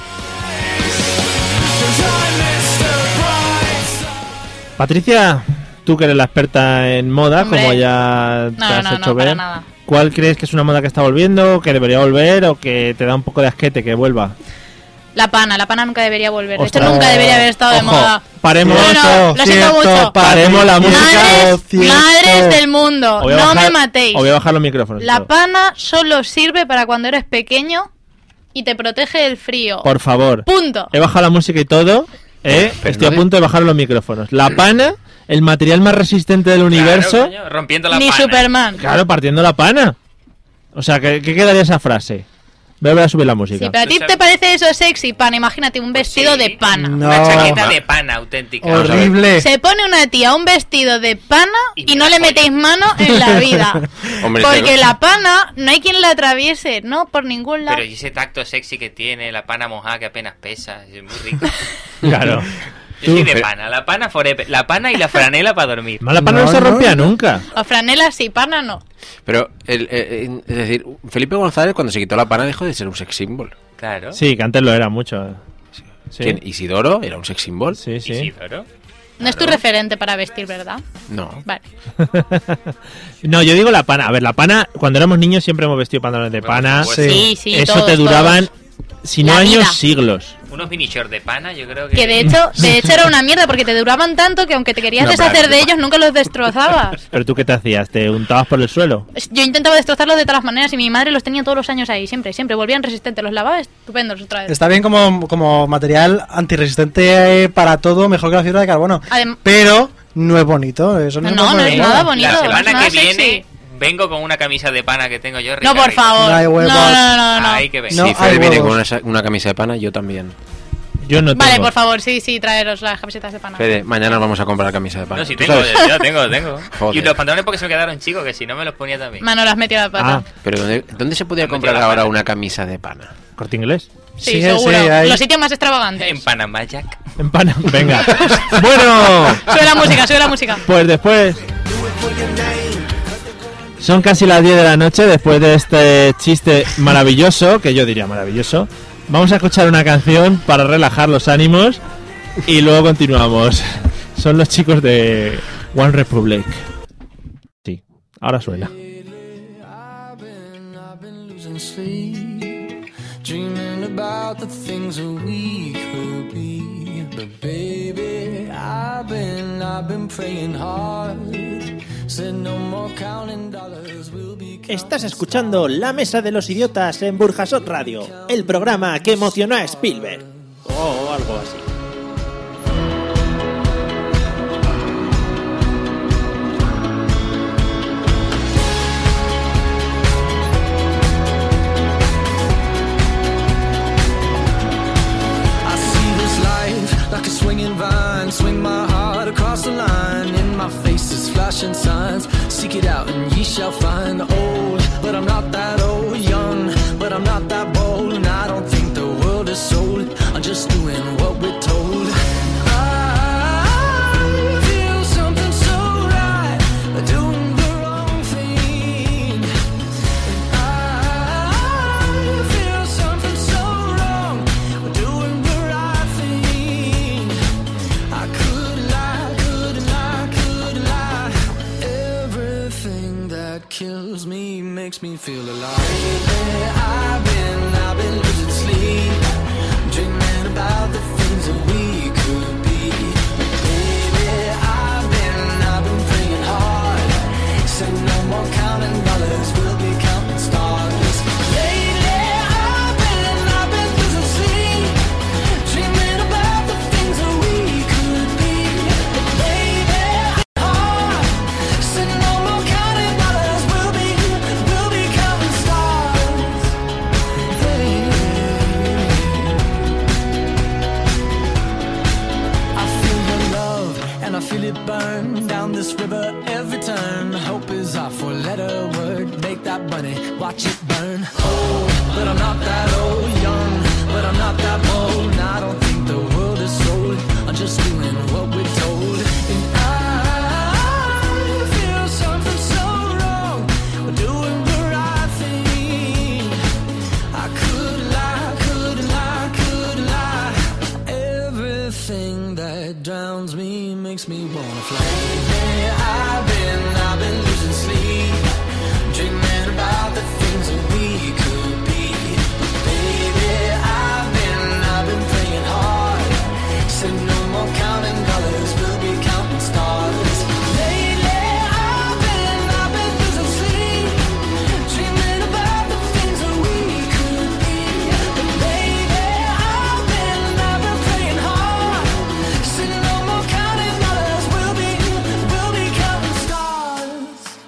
B: Patricia, tú que eres la experta en moda,
D: Hombre.
B: como ya te
D: No,
B: has
D: no,
B: hecho
D: no, para
B: ver,
D: nada.
B: ¿cuál crees que es una moda que está volviendo, que debería volver o que te da un poco de asquete que vuelva?
D: La pana, la pana nunca debería volver. Esto
B: Ostras.
D: nunca debería haber estado de
B: Ojo,
D: moda.
B: paremos.
D: Bueno, lo siento mucho.
B: Paremos la
E: Patricia,
D: Madres,
E: cierto.
D: madres del mundo,
B: Os voy a
D: no
B: bajar-
D: me matéis.
B: os voy a bajar los micrófonos.
D: La
B: yo.
D: pana solo sirve para cuando eres pequeño y te protege del frío.
B: Por favor.
D: Punto.
B: He bajado la música y todo. ¿eh?
F: Pero
B: Estoy
F: no
B: a
F: de-
B: punto de bajar los micrófonos. La pana, el material más resistente del universo.
C: Claro, coño, rompiendo la
D: Ni
C: pana.
D: Superman.
B: Claro, partiendo la pana. O sea, ¿qué, qué quedaría esa frase? Voy a volver a subir la música.
D: Si para ti te parece eso sexy, pana, imagínate un vestido
C: Pues sí.
D: de pana.
E: No.
C: Una chaqueta de pana auténtica.
F: Vamos a ver.
E: Horrible.
D: Se pone una tía un vestido de pana
C: Y
D: y no le
C: me la
D: metéis mano en la vida.
F: Hombre,
D: Porque
F: pero-
D: la pana no hay quien la atraviese, no por ningún lado.
C: Pero y ese tacto sexy que tiene, la pana mojada que apenas pesa, es muy rico.
B: Claro.
C: Yo soy de
F: Pero-
C: pana, la pana forever, la pana y la franela para dormir.
B: Mala pana no,
E: No,
B: se
E: no,
B: rompía
E: no.
B: nunca.
D: O franela sí, pana no.
F: Pero, el- eh, eh, es decir, Felipe González cuando se quitó la pana dejó de ser un sex symbol.
C: Claro.
B: Sí, que antes lo era mucho. Sí.
F: ¿Quién? ¿Isidoro era un sex symbol?
B: Sí,
C: Y
B: sí.
C: Isidoro.
D: No es tu referente para vestir, ¿verdad?
F: No.
D: Vale.
B: No, yo digo la pana. A ver, la pana, cuando éramos niños siempre hemos vestido pantalones de
C: Bueno, pues
B: pana.
C: por
E: Sí.
C: supuesto.
D: Sí, sí,
B: Eso
D: todos,
B: te duraban,
D: todos.
B: si no
D: La
B: años,
D: vida.
B: siglos.
C: Unos mini shorts de pana, yo creo que.
D: Que de hecho, de hecho era una mierda porque te duraban tanto que aunque te querías
F: No, pero
D: deshacer
F: ahora-
D: de ellos nunca los destrozabas.
B: Pero tú qué te hacías? ¿Te untabas por el suelo?
D: Yo intentaba destrozarlos de todas las maneras y mi madre los tenía todos los años ahí, siempre, siempre. Volvían resistentes, los lavaba estupendos otra vez.
E: Está bien como, como material antiresistente eh, para todo, mejor que la fibra de carbono.
D: Adem-
E: Pero no es bonito, eso no,
D: No,
E: se puede
D: no
E: poner
D: es
E: de moda.
D: nada bonito.
C: La
D: no es
C: semana
D: nada
C: que
D: sexy.
C: viene vengo con una camisa de pana que tengo yo.
D: No, por
C: Ricardo.
D: favor.
E: No hay
D: No,
E: huevos.
D: no, no, no.
C: Ay, que ven.
E: No,
F: si
E: hay
F: Fede viene
E: huevos.
F: con una, sa- una camisa de pana, yo también.
B: Yo no
D: Vale,
B: tengo.
D: por favor, sí, sí, traeros las camisetas de pana.
F: Fede, mañana vamos a comprar camisa de pana.
C: No, sí
F: ¿Tú
C: tengo,
F: sabes?
C: yo tengo, tengo.
F: Joder.
C: Y los pantalones porque se me quedaron chicos, que si no me los ponía también.
D: Mano, las metió la pata.
B: Ah,
F: Pero ¿dónde, dónde se podría
C: Me
F: comprar
C: lleva la
F: ahora
C: pana.
F: una camisa de pana?
B: corte inglés.
D: sí,
E: sí,
D: seguro.
E: sí, hay-
D: Los sitios más
C: En
D: extravagantes.
C: Panamá, Jack.
B: En pana. Venga. bueno,
D: Sube la música, sube la música.
B: pues después. Son casi las 10 de la noche después de este chiste maravilloso, que yo diría maravilloso. Vamos a escuchar una canción para relajar los ánimos y luego continuamos. Son los chicos de One Republic. Sí, ahora suena.
H: Dreaming about the things that we could be. But baby, I've been, I've been praying hard. Said no more counting dollars, we'll be
I: Estás escuchando La Mesa de los Idiotas en Burjasot Radio, el programa que emocionó a Spielberg. O Oh, algo así.
H: swinging vine. Swing my heart across the line. In my face is flashing signs. Seek it out and ye shall find. Old, but I'm not that old. Young, but I'm not that bold. And I don't think the world is sold. I'm just doing what we're told. I feel something so right, doing the wrong thing. I feel something so wrong, doing the right thing. I could lie, could lie, could lie. Everything that kills me makes me feel alive. Lately, I've been, I've been losing sleep, dreaming about the things that we could be. Baby, I've been, I've been praying hard. Say no more counting dollars, we'll be counting stars. Lately, I've been, I've been losing sleep, dreaming about the things that we could be. But baby, hard. Say no more counting dollars, we'll be, we'll be counting stars. Hey. I feel your love and I feel it burn down this river every turn. Hope is our four letter word. Make that money, watch it burn. Old, but I'm not that old. Young, but I'm not that bold. And I don't think the world is sold. I'm just doing what we're told. And I feel something so wrong. Doing the right thing. I could lie, could lie, could lie. Everything that drowns me makes me wanna fly. Lately, I've been, I've been losing sleep, dreaming about the things that we could be. But baby, I've been, I've been praying hard. Said no more counting dollars, we'll be counting stars. Lately, I've been, I've been losing sleep, dreaming about the things that we could be. But baby, I've been, I've been praying hard. Said no more counting dollars, we'll be, we'll be counting stars.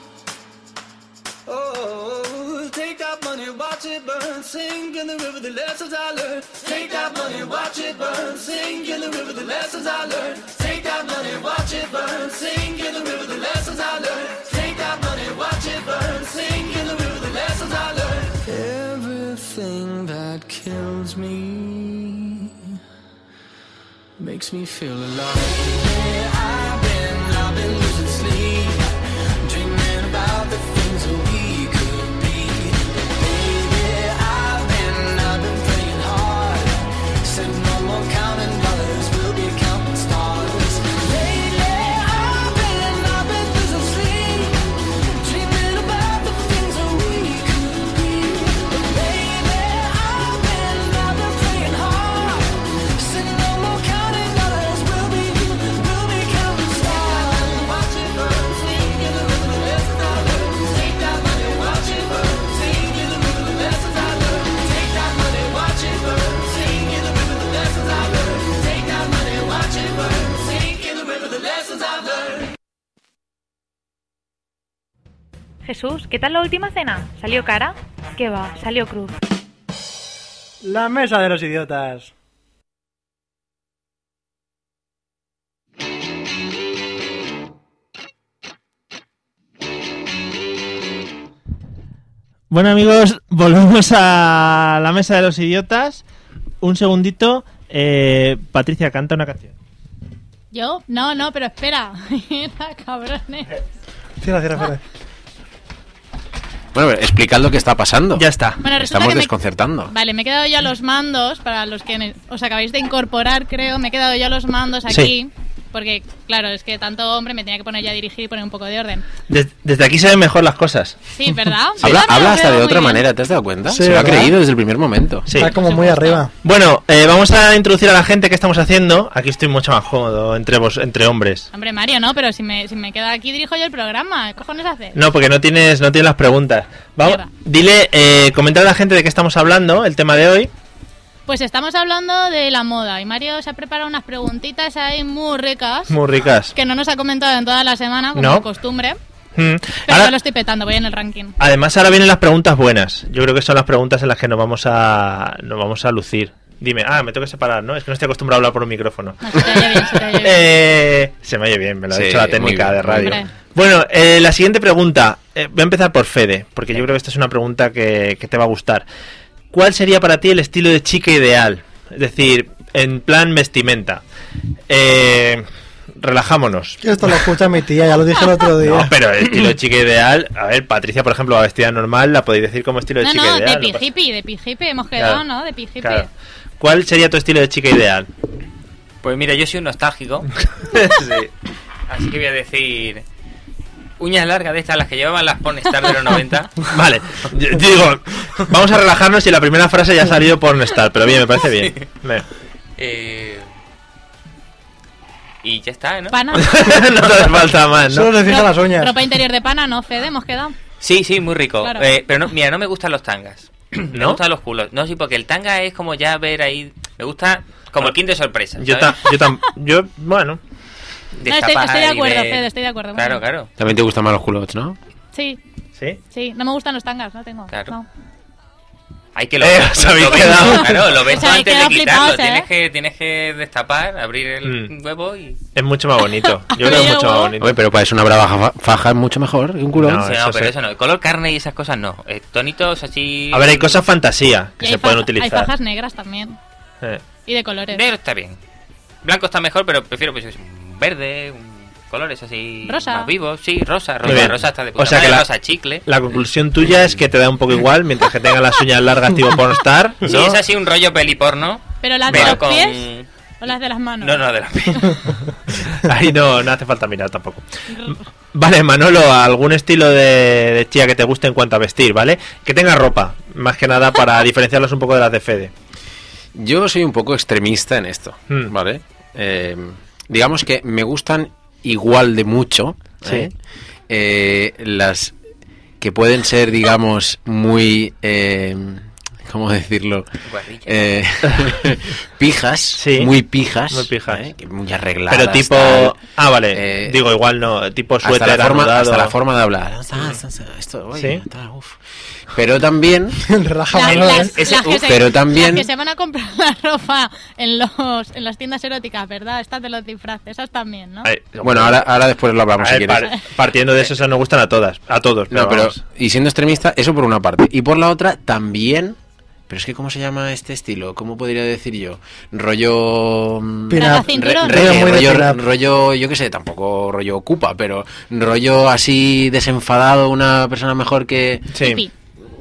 H: Oh, take that money, watch it burn. Sing in the river the lessons I learned. Take that money, watch it burn. Sing in the river the lessons I learned. Take that money, watch it burn. Sing in the river the lessons I learned. Take that money, watch it burn. Sing in the river the lessons I learned. Everything that kills me makes me feel alive. Lately, I've been, I've been losing sleep, dreaming about the things that we could be. Baby, I've been, I've been praying hard, said no more counting dollars, we'll be counting stars. Lately, I've been, I've been losing sleep, dreaming about the things that we could be. Baby, I've been, I've been praying hard, said no more counting dollars, we'll be, we'll be counting stars. Watch it burn, sing in the river, the lessons I learned. Take that money, watch it burn, sing in the river, the lessons I learned. Take that money, watch it burn, sing in the river, the lessons I learned. Take that money, watch it burn, sing in the river, the lessons I've learned.
J: Jesús, ¿qué tal la última cena? ¿Salió cara? ¿Qué va? Salió cruz.
E: La mesa de los idiotas.
B: Bueno amigos, volvemos a la mesa de los idiotas. Un segundito. Eh, Patricia, canta una canción.
D: ¿Yo? No, no, pero espera. Mira, cabrones.
E: Cierra, cierra, cierra.
F: Bueno, explicad lo que está pasando.
B: Ya está.
D: Bueno, resulta
F: Estamos
D: que me-
F: desconcertando.
D: Vale, me he quedado ya los mandos, para los que ne- os acabáis de incorporar, creo, me he quedado ya los mandos aquí, porque claro, es que tanto hombre me tenía que poner ya a dirigir y poner un poco de orden.
B: Desde, aquí se ven mejor las cosas.
D: Sí, ¿verdad?
F: Habla,
D: Yo me
F: habla
D: lo
F: hasta
D: veo
F: de
D: muy
F: otra
D: bien.
F: manera, ¿te has dado cuenta?
E: Sí,
F: Se lo ha
E: ¿verdad?
F: creído desde el primer momento.
B: Sí.
E: Está como muy arriba.
B: Bueno, eh, vamos a introducir a la gente que estamos haciendo. Aquí estoy mucho más cómodo entre vos, entre hombres.
D: Hombre, Mario, no, pero si me, si me queda aquí dirijo yo el programa, ¿qué cojones haces?
B: No, porque no tienes, no tienes las preguntas. Vamos,
D: Mierda.
B: dile, eh, comenta a la gente de qué estamos hablando, el tema de hoy.
D: Pues estamos hablando de la moda y Mario se ha preparado unas preguntitas ahí muy ricas
B: Muy ricas.
D: que no nos ha comentado en toda la semana, como
B: No.
D: de costumbre,
B: Mm.
D: pero
B: Ahora-
D: yo lo estoy petando, voy en el ranking.
B: Además, ahora vienen las preguntas buenas. Yo creo que son las preguntas en las que nos vamos a, nos vamos a lucir. Dime, ah, me tengo que separar, ¿no? Es que no estoy acostumbrado a hablar por un micrófono.
D: Se te oye bien, se te oye bien.
B: Eh, se me oye bien, me lo ha
F: Sí,
B: dicho la
F: muy
B: técnica
F: bien.
B: de radio.
D: Hombre.
B: Bueno, eh, la siguiente pregunta. eh, voy a empezar por Fede, porque yo creo que esta es una pregunta que, que te va a gustar. ¿Cuál sería para ti el estilo de chica ideal? Es decir, en plan vestimenta. Eh, relajámonos.
E: Esto lo escucha mi tía, ya lo dije el otro día.
B: No, pero el estilo de chica ideal. A ver, Patricia, por ejemplo, va vestida normal, la podéis decir como estilo de
D: No,
B: chica
D: no,
B: ideal.
D: de
B: no pasa-
D: pijipi, de pijipi hemos
B: Claro,
D: quedado, ¿no? De pijipi.
B: Claro. ¿Cuál sería tu estilo de chica ideal?
C: Pues mira, yo soy un nostálgico,
B: Sí.
C: así que voy a decir. Uñas largas de estas, las que llevaban las Pornstar de los 90.
B: Vale, yo- yo digo, vamos a relajarnos y la primera frase ya ha salido por estar, pero bien, me parece bien. Venga.
C: Eh, Y ya está, ¿no?
D: Pana.
B: no te hace falta más,
E: Solo
B: ¿no?
E: se fija
D: Ro-
E: las uñas.
D: Ropa interior de pana, no, Fede, hemos quedado.
C: Sí, sí, muy rico.
D: Claro.
C: Eh, pero no, mira, no me gustan los tangas. Me
B: ¿No?
C: gustan los culos. No, sí, porque el tanga es como ya ver ahí. Me gusta como el quinto de sorpresa.
B: Yo,
C: ¿sabes?
B: tam- yo, tam- yo, bueno,
C: De
D: No, estoy-
C: tapas
D: estoy de
C: ahí,
D: acuerdo, Fede, estoy de acuerdo, muy
C: Claro,
D: bien.
C: claro.
F: También te gustan más los culottes, ¿no?
D: Sí,
B: sí.
D: sí, no me gustan los tangas, no tengo.
C: Claro.
D: no.
C: Hay que lo
B: Eh, os habéis
C: lo ves-
B: quedado.
C: Claro, lo ves
D: Os habéis
C: antes de
D: quedado
C: quitarlo.
D: flipados, ¿eh?
C: Tienes, que, tienes que destapar, abrir el
B: Mm.
C: huevo y.
B: Es mucho más bonito. Yo creo que es
D: Mira,
B: mucho más
D: guau.
B: bonito.
F: Oye, pero para eso una brava fa- faja es mucho mejor que un culón.
B: No,
C: Sí,
B: eso
C: no, pero
B: sí.
C: eso no. El color carne y esas cosas no. Eh, tonitos así.
B: A ver, hay cosas fantasía que
D: Y
B: se
D: hay
B: pueden
D: faja- Hay
B: utilizar.
D: fajas negras también.
B: Eh,
D: Y de colores.
C: Negro está bien. Blanco está mejor, pero prefiero pues, un verde, un- colores así.
D: Rosa.
C: Más vivos, sí, rosa.
B: Muy
C: Rosa,
B: bien.
C: rosa está de
B: O
C: puta
B: sea que
C: madre,
B: la-
C: rosa chicle.
B: La conclusión tuya es que te da un poco igual mientras que tenga las uñas largas tipo pornstar. ¿no?
C: Sí, es así un rollo peliporno.
D: ¿Pero las de
C: pero
D: los
C: con-
D: pies o las de las manos?
C: No, no, de los pies.
B: Ahí no, no hace falta mirar tampoco. Vale, Manolo, algún estilo de, de chía que te guste en cuanto a vestir, ¿vale? Que tenga ropa, más que nada para diferenciarlos un poco de las de Fede.
F: Yo soy un poco extremista en esto,
B: Mm.
F: ¿vale? Eh, digamos que me gustan igual de mucho
B: Sí.
F: ¿eh? Eh, las que pueden ser, digamos, muy... eh, ¿Cómo decirlo?
C: Guarrilla.
F: Eh, pijas,
B: Sí.
F: muy pijas.
B: Muy pijas.
F: ¿eh? Que Muy arregladas.
B: Pero tipo...
F: tal.
B: Ah, vale.
F: Eh,
B: Digo, igual no. Tipo suéter
F: hasta la, forma,
B: anudado.
F: hasta la forma de hablar. Ah, está, está, esto, uy,
B: Sí.
F: está, uf. Pero también...
E: Relaja
D: Las-
E: Manolo,
D: las-
E: ¿eh?
F: ese-
D: las que
F: uh,
D: se-
F: pero también-
D: las que se van a comprar la ropa en los en las tiendas eróticas, ¿verdad? Estas de los disfraces, esas también, ¿no?
B: Ay,
F: Bueno, ahora, ahora después lo hablamos
B: a
F: si
B: ver,
F: quieres.
B: par- partiendo de eso, esas nos gustan a todas. A todos.
F: No, pero
B: vamos.
F: y siendo extremista, eso por una parte. Y por la otra, también. Pero es que, ¿cómo se llama este estilo? ¿Cómo podría decir yo? Rollo. mm,
E: Pin-up.
D: Raja cinturón.
E: re- Rollo muy de
F: rollo,
E: pin-up.
F: rollo, yo qué sé, tampoco rollo ocupa, pero rollo así desenfadado, una persona mejor que.
B: Sí.
D: Hippie.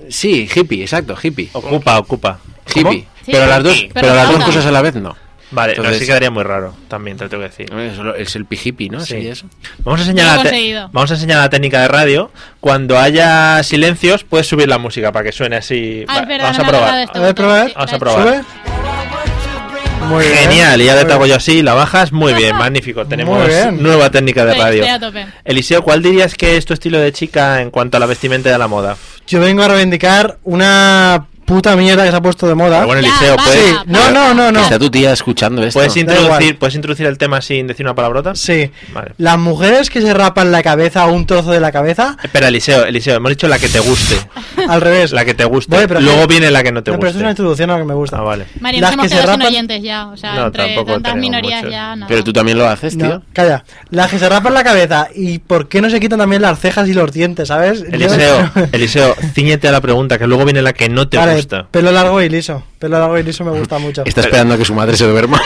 F: Sí, hippie, exacto, hippie.
B: Ocupa, ocupa.
F: Hippie.
D: Sí,
F: pero las dos,
D: hippie,
F: pero
D: pero
F: las dos
D: nada.
F: cosas a la vez no.
B: Vale, no,
F: Entonces-
B: así quedaría muy raro. También te lo tengo que decir.
F: Es lo- es el pijipi, ¿no?
B: Sí.
F: Sí, eso.
B: Vamos a
D: Lo he
B: enseñar, la, te-
D: conseguido.
B: vamos a enseñar la técnica de radio. Cuando haya silencios, puedes subir la música para que suene así.
D: Ah,
B: Va-
D: es verdad,
B: vamos
D: no
B: a
D: me he acordado de
B: probar.
D: este
E: A ver,
D: botón.
E: probar.
D: Sí,
B: Vamos a
D: lo he
B: probar.
E: ¿Sube? Muy bien.
B: Genial, y ya te hago yo
E: Muy
B: así, la bajas. Muy bien, magnífico. Tenemos
E: Muy bien.
B: nueva técnica de
D: Estoy-
B: radio.
D: estoy a tope.
B: Eliseo, ¿cuál dirías que es tu estilo de chica en cuanto a la vestimenta de la moda?
E: bien. Yo vengo a reivindicar una puta mierda que se ha puesto de moda.
B: Pero bueno,
D: Ya,
B: Eliseo,
D: va,
B: ¿puedes,
E: Sí,
D: Ah,
E: pues. no, no, no, no.
F: Está tu tía escuchando esto.
B: ¿puedes,
E: Da
B: introducir,
E: igual.
B: ¿puedes introducir el tema sin decir una palabrota?
E: Sí.
B: Vale.
E: Las mujeres que se rapan la cabeza o un trozo de la cabeza,
B: Espera, Eliseo, Eliseo, hemos dicho la que te guste.
E: al revés.
B: La que te guste.
E: Voy, pero-
B: Luego viene la que no te
E: No,
B: guste.
E: pero esto es una introducción a lo que me gusta.
B: Ah, vale.
D: María,
E: Las
D: nos hemos
E: que se
D: quedado sin
E: rapan-
D: oyentes ya, o sea,
B: No,
D: entre
B: tampoco
D: tantas
B: tenemos
D: minorías
B: mucho.
D: ya, nada.
F: Pero tú también lo haces,
E: No,
F: tío.
E: calla. Las que se rapan la cabeza y por qué no se quitan también las cejas y los dientes, ¿sabes? Yo-
B: Eliseo, Eliseo, ciñete a la pregunta, que luego viene la que no te
E: Vale,
B: gusta.
E: Pelo largo y liso. Pelo largo y liso me gusta mucho.
F: Está esperando a que su madre se duerma.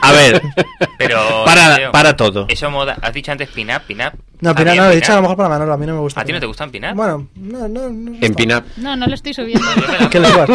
B: A ver,
C: Pero.
B: para,
C: Leo,
B: para todo.
C: Eso moda. Has dicho antes pin-up, pin-up.
E: No,
C: Está
E: Pina
C: bien,
E: no, lo he
C: pin-up.
E: dicho a lo mejor para Manolo, a mí no me gusta.
C: ¿A ti no te gustan pin-up?
E: Bueno, no, no, no.
F: en pin-up.
D: No, no lo estoy subiendo.
E: Que le igual.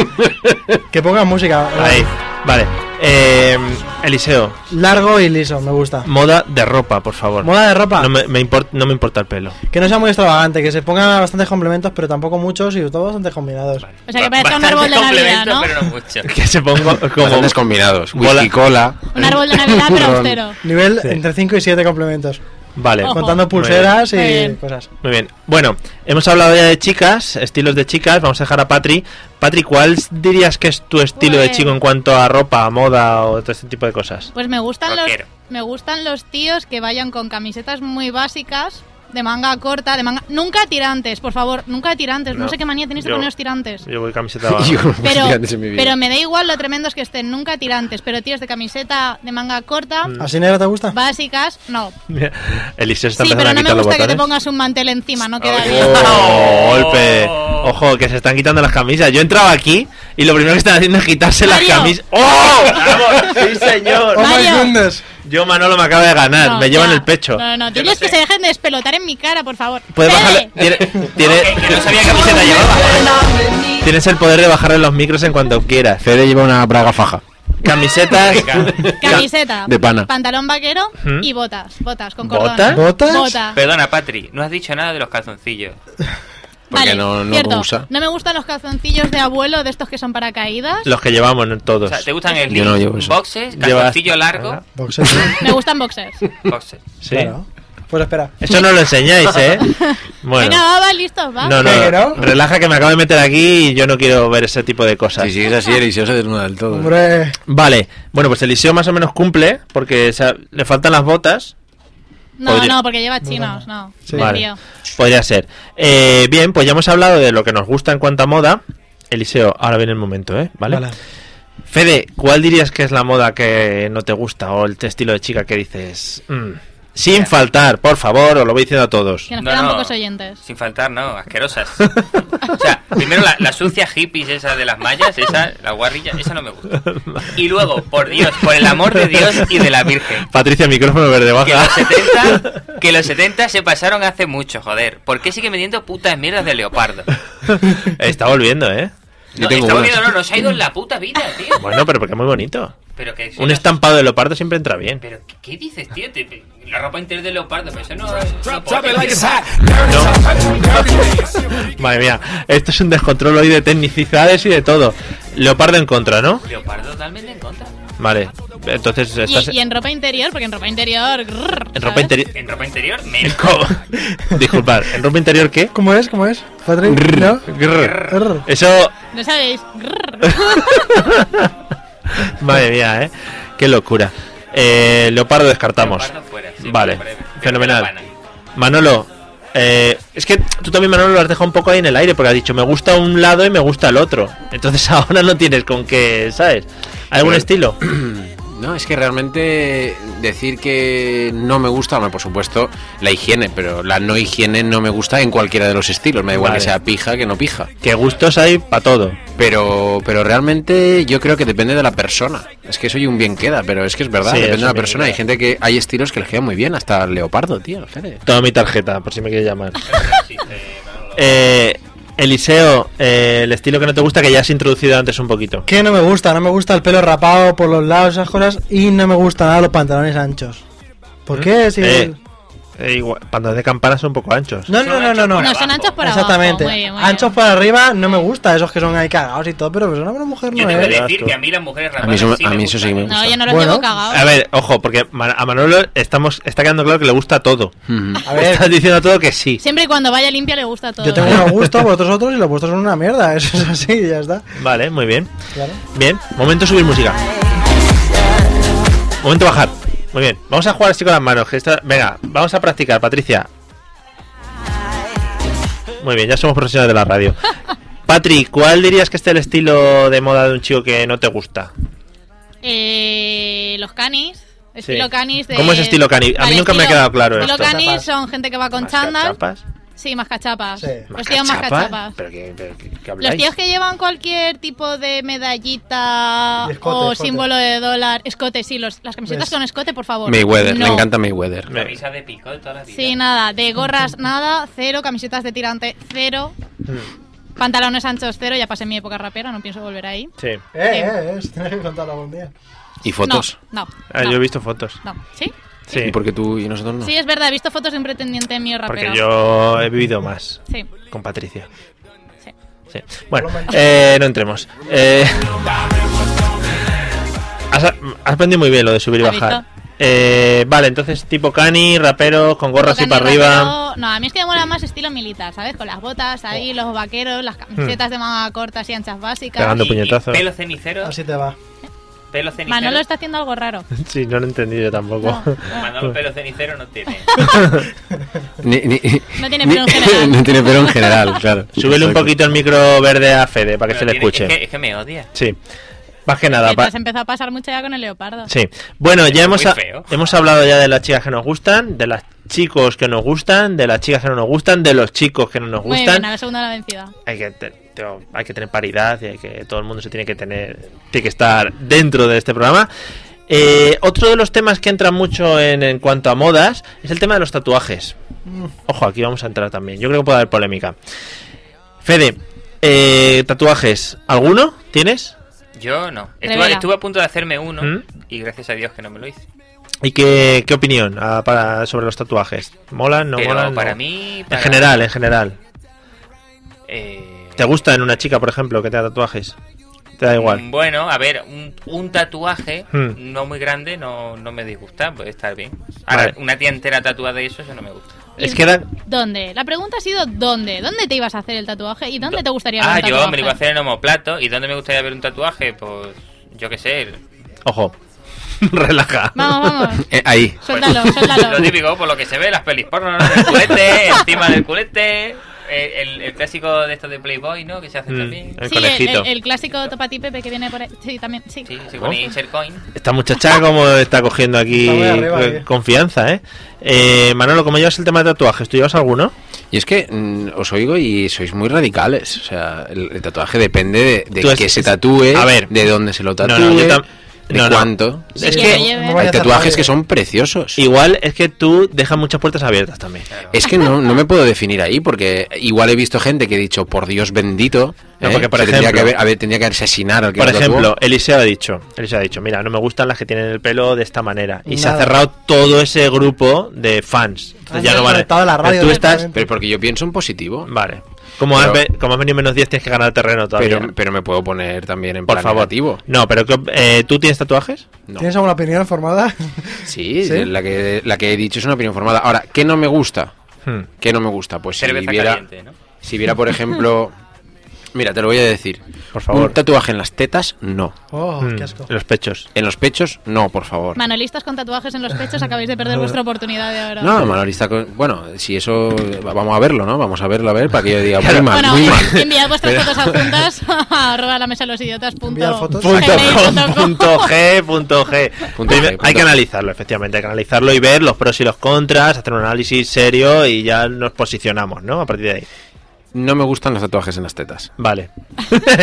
E: Que ponga música.
B: Ahí, vale. Eh, Eliseo,
E: Largo y liso, me gusta.
B: moda de ropa, por favor.
E: Moda de ropa.
B: No me, me import- no me importa el pelo.
E: Que no sea muy extravagante, que se pongan bastantes complementos, pero tampoco muchos y todos bastante combinados.
D: O sea, que parezca un árbol de Navidad,
C: complemento,
D: ¿no?
C: Pero no mucho.
B: Que se ponga como...
F: Bastantes combinados.
B: Bola.
F: Whisky cola.
D: Un árbol de Navidad, pero
F: ron.
D: austero.
E: Nivel
B: Sí.
E: entre 5 y 7 complementos.
B: Vale.
D: Ojo.
E: Contando
B: Muy bien.
E: pulseras
D: Muy
E: y
D: bien.
E: cosas.
B: Muy bien. Bueno, hemos hablado ya de chicas, estilos de chicas. Vamos a dejar a Patri. Patri, ¿cuál dirías que es tu estilo de
D: Pues-
B: chico en cuanto a ropa, moda o todo este tipo de cosas?
D: Pues me gustan los
C: Rockero.
D: me gustan los tíos que vayan con camisetas muy básicas de manga corta, de manga. Nunca tirantes, por favor, nunca tirantes. No,
B: No,
D: sé qué manía tenéis de
B: yo-
D: poneros tirantes.
B: Yo voy camiseta baja.
D: Pero, pero me da igual lo tremendos que estén, nunca tirantes. Pero tíos de camiseta de manga corta,
B: Mm.
E: ¿Así negra te gusta?
D: básicas, no.
B: Mira, Eliseo está
D: Sí, pero
B: empezando
D: no
B: a
D: me
B: quitar los
D: gusta que te
B: botones.
D: pongas un mantel encima, no queda bien.
B: ¡Oh, golpe! Ojo, que se están quitando las camisas. Yo entraba aquí y lo primero que están haciendo es quitarse
D: Mario.
B: las camisas. ¡Oh! ¡Vamos! ¡Sí, señor!
E: Oh my goodness.
B: Yo, Manolo, me acaba de ganar.
D: No,
B: Ah, me llevan
D: ya.
B: el pecho.
D: No, no, diles que se dejen de despelotar en mi cara, por favor.
B: Puedes
D: Fede,
B: bajarle. Tiene, tiene- Tienes el poder de bajarle los micros en cuanto quieras.
F: Fede lleva una braga faja.
B: Camisetas.
D: Camiseta,
F: De pana.
D: pantalón vaquero
F: ¿Mm?
D: y botas, botas con cordón.
F: ¿Botas?
E: ¿Botas?
D: ¿Eh? Bota.
C: Perdona, Patri, no has dicho nada de los calzoncillos.
F: Porque
D: Vale,
F: no, no
D: cierto.
F: usa.
D: No me gustan los calzoncillos de abuelo de estos que son para caídas.
B: Los que llevamos
C: O
B: todos.
C: sea, ¿te gustan el
B: Yo no llevo eso.
C: boxes,
B: Llevas- Ah.
C: calzoncillo largo?
E: Boxers.
D: Me gustan boxers.
C: Boxes.
B: Sí.
E: Claro. Pues espera.
B: Eso no lo enseñáis, ¿eh? Bueno.
D: Venga, va, va, listo, va.
B: No, no,
E: ¿Que no?
B: relaja que me acabo de meter aquí y yo no quiero ver ese tipo de cosas.
F: Si sigues así, Eliseo se desnuda del todo.
E: Hombre.
B: Vale, bueno, pues Eliseo más o menos cumple porque o sea, le faltan las botas.
D: No,
B: Podría-
D: no, porque lleva chinos, no.
E: Sí.
D: Me
B: Vale.
D: lío.
B: Podría ser. Eh, bien, pues ya hemos hablado de lo que nos gusta en cuanto a moda. Eliseo, ahora viene el momento, ¿eh? ¿Vale?
E: Vale.
B: Fede, ¿cuál dirías que es la moda que no te gusta o el estilo de chica que dices? mm, sin faltar, por favor, os lo voy diciendo a todos.
D: Que nos
C: No,
D: quedan
C: no.
D: pocos oyentes.
C: Sin faltar, no, asquerosas. o sea, primero la, la sucia hippies esa de las mallas, esa, la guarrilla, esa no me gusta. Y luego, por Dios, por el amor de Dios y de la Virgen.
B: Patricia, micrófono verde
C: Que los
B: baja.
C: 70, que los 70 se pasaron hace mucho, joder. ¿Por qué sigue vendiendo putas mierdas de leopardo?
B: Está volviendo, ¿eh?
F: Yo
C: No,
F: tengo
C: está
F: unas.
C: volviendo, no, nos ha ido en la puta vida, tío.
B: Bueno, pero porque es muy bonito.
C: Pero que
B: Un estampado de leopardo siempre entra bien.
C: Pero, ¿qué, qué dices, tío? Te- te- la ropa interior de leopardo, pero eso no... no puede ser.
B: Madre mía, esto es un descontrol hoy de tecnicidades y de todo. Leopardo en contra, ¿no?
C: leopardo totalmente en contra.
B: Vale, entonces
D: Y,
B: estás
D: y en ropa interior, porque en ropa interior. grrr,
B: en
D: ¿sabes?
B: ropa interior.
C: En ropa interior, menos.
B: Disculpad, ¿en ropa interior qué?
E: ¿Cómo es? ¿Cómo es? ¿Patrick? ¿No?
B: Grrr.
E: Err.
B: Eso,
D: No sabéis. grrr.
B: madre mía, ¿eh? Qué locura. Eh, leopardo descartamos.
C: Leopardo fuera, sí,
B: vale,
C: fuera, fuera.
B: fenomenal.
C: Fuera,
B: Manolo, eh, es que tú también, Manolo, lo has dejado un poco ahí en el aire porque has dicho me gusta un lado y me gusta el otro. Entonces ahora no tienes con qué, ¿sabes? ¿Hay algún
F: Pero-
B: estilo?
F: No, es que realmente decir que no me gusta, bueno, por supuesto, la higiene, pero la no higiene no me gusta en cualquiera de los estilos. Me da igual
B: Vale.
F: que sea pija que no pija.
B: Que gustos hay para todo.
F: Pero, pero realmente yo creo que depende de la persona. Es que soy un bien queda, pero es que es verdad,
B: Sí,
F: depende
B: es
F: de
B: un
F: la
B: bien
F: persona. Hay
B: queda.
F: gente que hay estilos que les quedan muy bien, hasta el leopardo, tío. fíjate.
B: Toma mi tarjeta, por si me quieres llamar. Eh, Eliseo, eh, el estilo que no te gusta que ya has introducido antes un poquito.
E: ¿Qué no me gusta? No me gusta el pelo rapado por los lados, esas cosas. Y no me gustan nada los pantalones anchos. ¿Por qué? Si-
B: Eh, eh, igual, pantalones de campana son un poco anchos.
E: No, no, no, no, no.
D: No, son anchos por abajo.
E: Exactamente.
D: Muy bien, muy bien.
E: Anchos para arriba no me gusta, esos que son ahí cagados y todo, pero pues una mujer
C: Yo
E: no
C: tengo que
E: es.
C: decir que a mí las mujeres
F: A mí eso,
C: rapadas sí
F: a
C: me
F: mí eso sí
C: gustan.
F: me gusta.
D: No, yo no los
E: Bueno.
D: llevo cagados.
B: A ver, ojo, porque Ma- a Manolo estamos, está quedando claro que le gusta todo.
F: Ujú.
E: A ver,
B: Estás diciendo todo que sí.
D: Siempre y cuando vaya limpia le gusta todo.
E: yo tengo unos gustos, vosotros otros, y los vuestros son una mierda. Eso es así, y ya está.
B: Vale, muy bien.
E: Claro.
B: Bien, momento subir música. Momento bajar. Muy bien, vamos a jugar así con las manos. que esta- Venga, vamos a practicar, Patricia. Muy bien, ya somos profesionales de la radio. Patri, ¿cuál dirías que es el estilo de moda de un chico que no te gusta?
D: Eh, los canis. Estilo canis de...
B: ¿Cómo es estilo canis? A mí nunca me ha quedado claro
D: Estilo
B: esto.
D: canis
E: Cachapas.
D: son gente que va con chándal.
B: ¿Mascachapas?
D: Sí, mascachapas.
E: Sí.
D: Los tíos
B: ¿Mascachapas?
D: mascachapas.
B: ¿Pero qué, pero qué- qué
D: Los
B: habláis?
D: tíos que llevan cualquier tipo de medallita
E: Y escote,
D: o
E: escote.
D: símbolo de dólar. Escote, sí. Los, las camisetas
E: Ves.
D: con escote, por favor.
F: Mayweather,
D: No.
F: me encanta Mayweather.
B: Me-
C: Camisa de pico de toda la vida.
D: Sí, nada. De gorras,
E: Mm.
D: nada. Cero. Camisetas de tirante, cero.
E: Mm.
D: Pantalones anchos, cero. Ya pasé mi época rapera, no pienso volver ahí.
B: Sí,
E: Eh, eh, eh, tienes que contarlo algún día.
F: ¿Y fotos?
D: No, no.
B: Ah,
D: no,
B: yo he visto fotos.
D: no. ¿Sí?
B: Sí,
F: ¿Y porque tú y nosotros no?
D: Sí, es verdad. He visto fotos de un pretendiente mío rapero.
B: porque yo he vivido más
D: Sí.
B: con Patricia.
D: Sí.
B: Sí. Bueno, eh, no entremos. Eh, has, has aprendido muy bien lo de subir y
D: ¿Has
B: bajar. Eh, vale, entonces tipo cani, rapero, con gorra así
D: Tocando
B: para
D: el
B: arriba.
D: rapero- No, a mí es que me mola más estilo militar, ¿sabes? Con las botas
B: Oh.
D: ahí, los vaqueros, las camisetas de manga cortas y anchas básicas.
B: Hmm. Pegando
C: Y- y
B: puñetazos.
C: Pelo cenicero.
E: Así te va.
C: Pelo cenicero.
D: Ah, Manolo está haciendo algo raro.
B: Sí, no lo he entendido tampoco. Pues-
C: Manolo pelo cenicero no tiene.
F: Ni- ni-
D: No tiene
F: ni-
D: pelo en general.
F: no tiene pelo en general, Pues claro.
B: Súbele un poquito el micro verde a Fede para que se le
C: tiene-
B: escuche.
C: es que- es que me odia.
B: Sí. Más que nada.
D: Te
B: pa-
D: has empezado a pasar mucho ya con el leopardo.
B: Sí. Bueno, ya hemos,
C: muy
B: ha-
C: feo.
B: hemos hablado ya de las chicas que nos gustan, de las chicos que nos gustan, de las chicas que no nos gustan, de los chicos que no nos
D: Muy
B: gustan.
D: bien, a la segunda la vencida.
B: hay que te- te- hay que tener paridad y hay que todo el mundo se tiene que tener tiene que estar dentro de este programa Eh, otro de los temas que entra mucho en, en cuanto a modas es el tema de los tatuajes ojo aquí vamos a entrar también yo creo que puede haber polémica Fede eh, tatuajes alguno tienes
C: Yo no. Estuve,
B: Revela.
C: estuve a punto de hacerme uno
B: ¿Mm?
C: y gracias a Dios que no me lo hice.
B: y qué, qué opinión ah, para, sobre los tatuajes molan no
C: Pero
B: molan
C: para
B: no?
C: mí,
B: en
C: para-
B: general en general
C: Eh,
B: te gusta en una chica por ejemplo que te haga tatuajes te da igual
C: mm, Bueno, a ver, un, un tatuaje
B: Hmm.
C: no muy grande no, no me disgusta, puede estar bien. Ahora,
B: Vale.
C: una tía entera tatuada de eso, eso no me gusta.
B: es que da-
D: ¿Dónde? La pregunta ha sido ¿dónde? ¿Dónde te ibas a hacer el tatuaje y dónde te gustaría ver
C: Ah,
D: un tatuaje?
C: yo me lo iba a hacer en homoplato. ¿Y dónde me gustaría ver un tatuaje? Pues, yo qué sé. el-
B: Ojo. Relaja.
D: Vamos, vamos.
F: ahí.
D: Suéltalo, suéltalo.
C: Pues Lo típico, por lo que se ve, las pelis porno, ¿no? el culete, encima del culete, el, el- el clásico de estos de Playboy, ¿no? Que se hace
B: Mm,
C: también.
B: el
D: sí,
B: conejito.
D: El, el clásico Topati Pepe que viene por ahí. Sí, también. Sí,
C: Se
F: Oh.
C: pone insert coin.
B: Esta muchacha como está cogiendo aquí
C: Está muy arriba,
B: eh,
C: eh.
B: confianza, ¿eh? Eh, Manolo, ¿cómo llevas el tema de tatuajes? ¿Tú llevas alguno?
F: Y es que mm, os oigo y sois muy radicales. O sea, el, el tatuaje depende de,
B: Tú
F: de
B: es-
F: que se tatúe,
B: A ver.
F: de dónde se lo
B: No, no,
F: tatúe,
B: yo tam-
F: de
B: no, no.
F: cuánto.
B: Sí, Es que que- no vaya a
F: hay
B: hacer
F: tatuajes
B: nadie.
F: que son preciosos.
B: Igual es que tú dejas muchas puertas abiertas también.
F: Es que no, no me puedo definir ahí porque igual he visto gente que he dicho, por Dios bendito,
B: No,
F: ¿eh?
B: porque, por
F: Se tendría, que
B: ejemplo-
F: haber, haber- tendría que asesinar al que
B: Por
F: lo tatuó.
B: ejemplo, Eliseo ha dicho, Eliseo ha dicho, mira, no me gustan las que tienen el pelo de esta manera. Y se ha
F: Nada. Ah,
B: cerrado todo ese grupo de fans. Entonces ya no vale. Pero tú estás...
F: Pero porque yo pienso en positivo.
B: Vale. Como, has,
F: Pero-
B: ve- como has venido menos 10 tienes que ganar terreno todavía.
F: Pero, pero me puedo poner también en
B: Por
F: plan
B: favor.
F: negativo.
B: No, pero ¿qué op- eh, ¿tú tienes tatuajes?
E: ¿Tienes alguna opinión formada?
F: Sí,
E: ¿Sí?
F: La, que, la que he dicho es una opinión formada. Ahora, ¿qué no me gusta?
B: Hmm.
F: ¿Qué no me gusta? Pues si
C: Cerveza
F: viera,
C: caliente, ¿no?
F: si viera, por ejemplo... Mira, te lo voy a decir.
B: Por favor.
F: Un tatuaje en las tetas, no.
E: Oh,
B: Mm, En los pechos.
F: En los pechos, no, por favor.
D: Manolistas con tatuajes en los pechos, acabáis de perder vuestra oportunidad de ahora.
F: No, Manolista, con- bueno, si eso vamos a verlo, ¿no? Vamos a verlo a ver para que yo diga muy mal,
D: bueno,
F: muy mal.
D: enviad vuestras
F: Pero-
D: fotos adjuntas a arroba la mesa de los idiotas
E: Enviad fotos.
B: punto com,
D: gmail punto com.
B: punto g punto g
F: Punto
B: Primero,
F: G, punto
B: hay que
F: G.
B: analizarlo efectivamente hay que analizarlo y ver los pros y los contras hacer un análisis serio y ya nos posicionamos no a partir de ahí
F: No me gustan los tatuajes en las tetas.
B: vale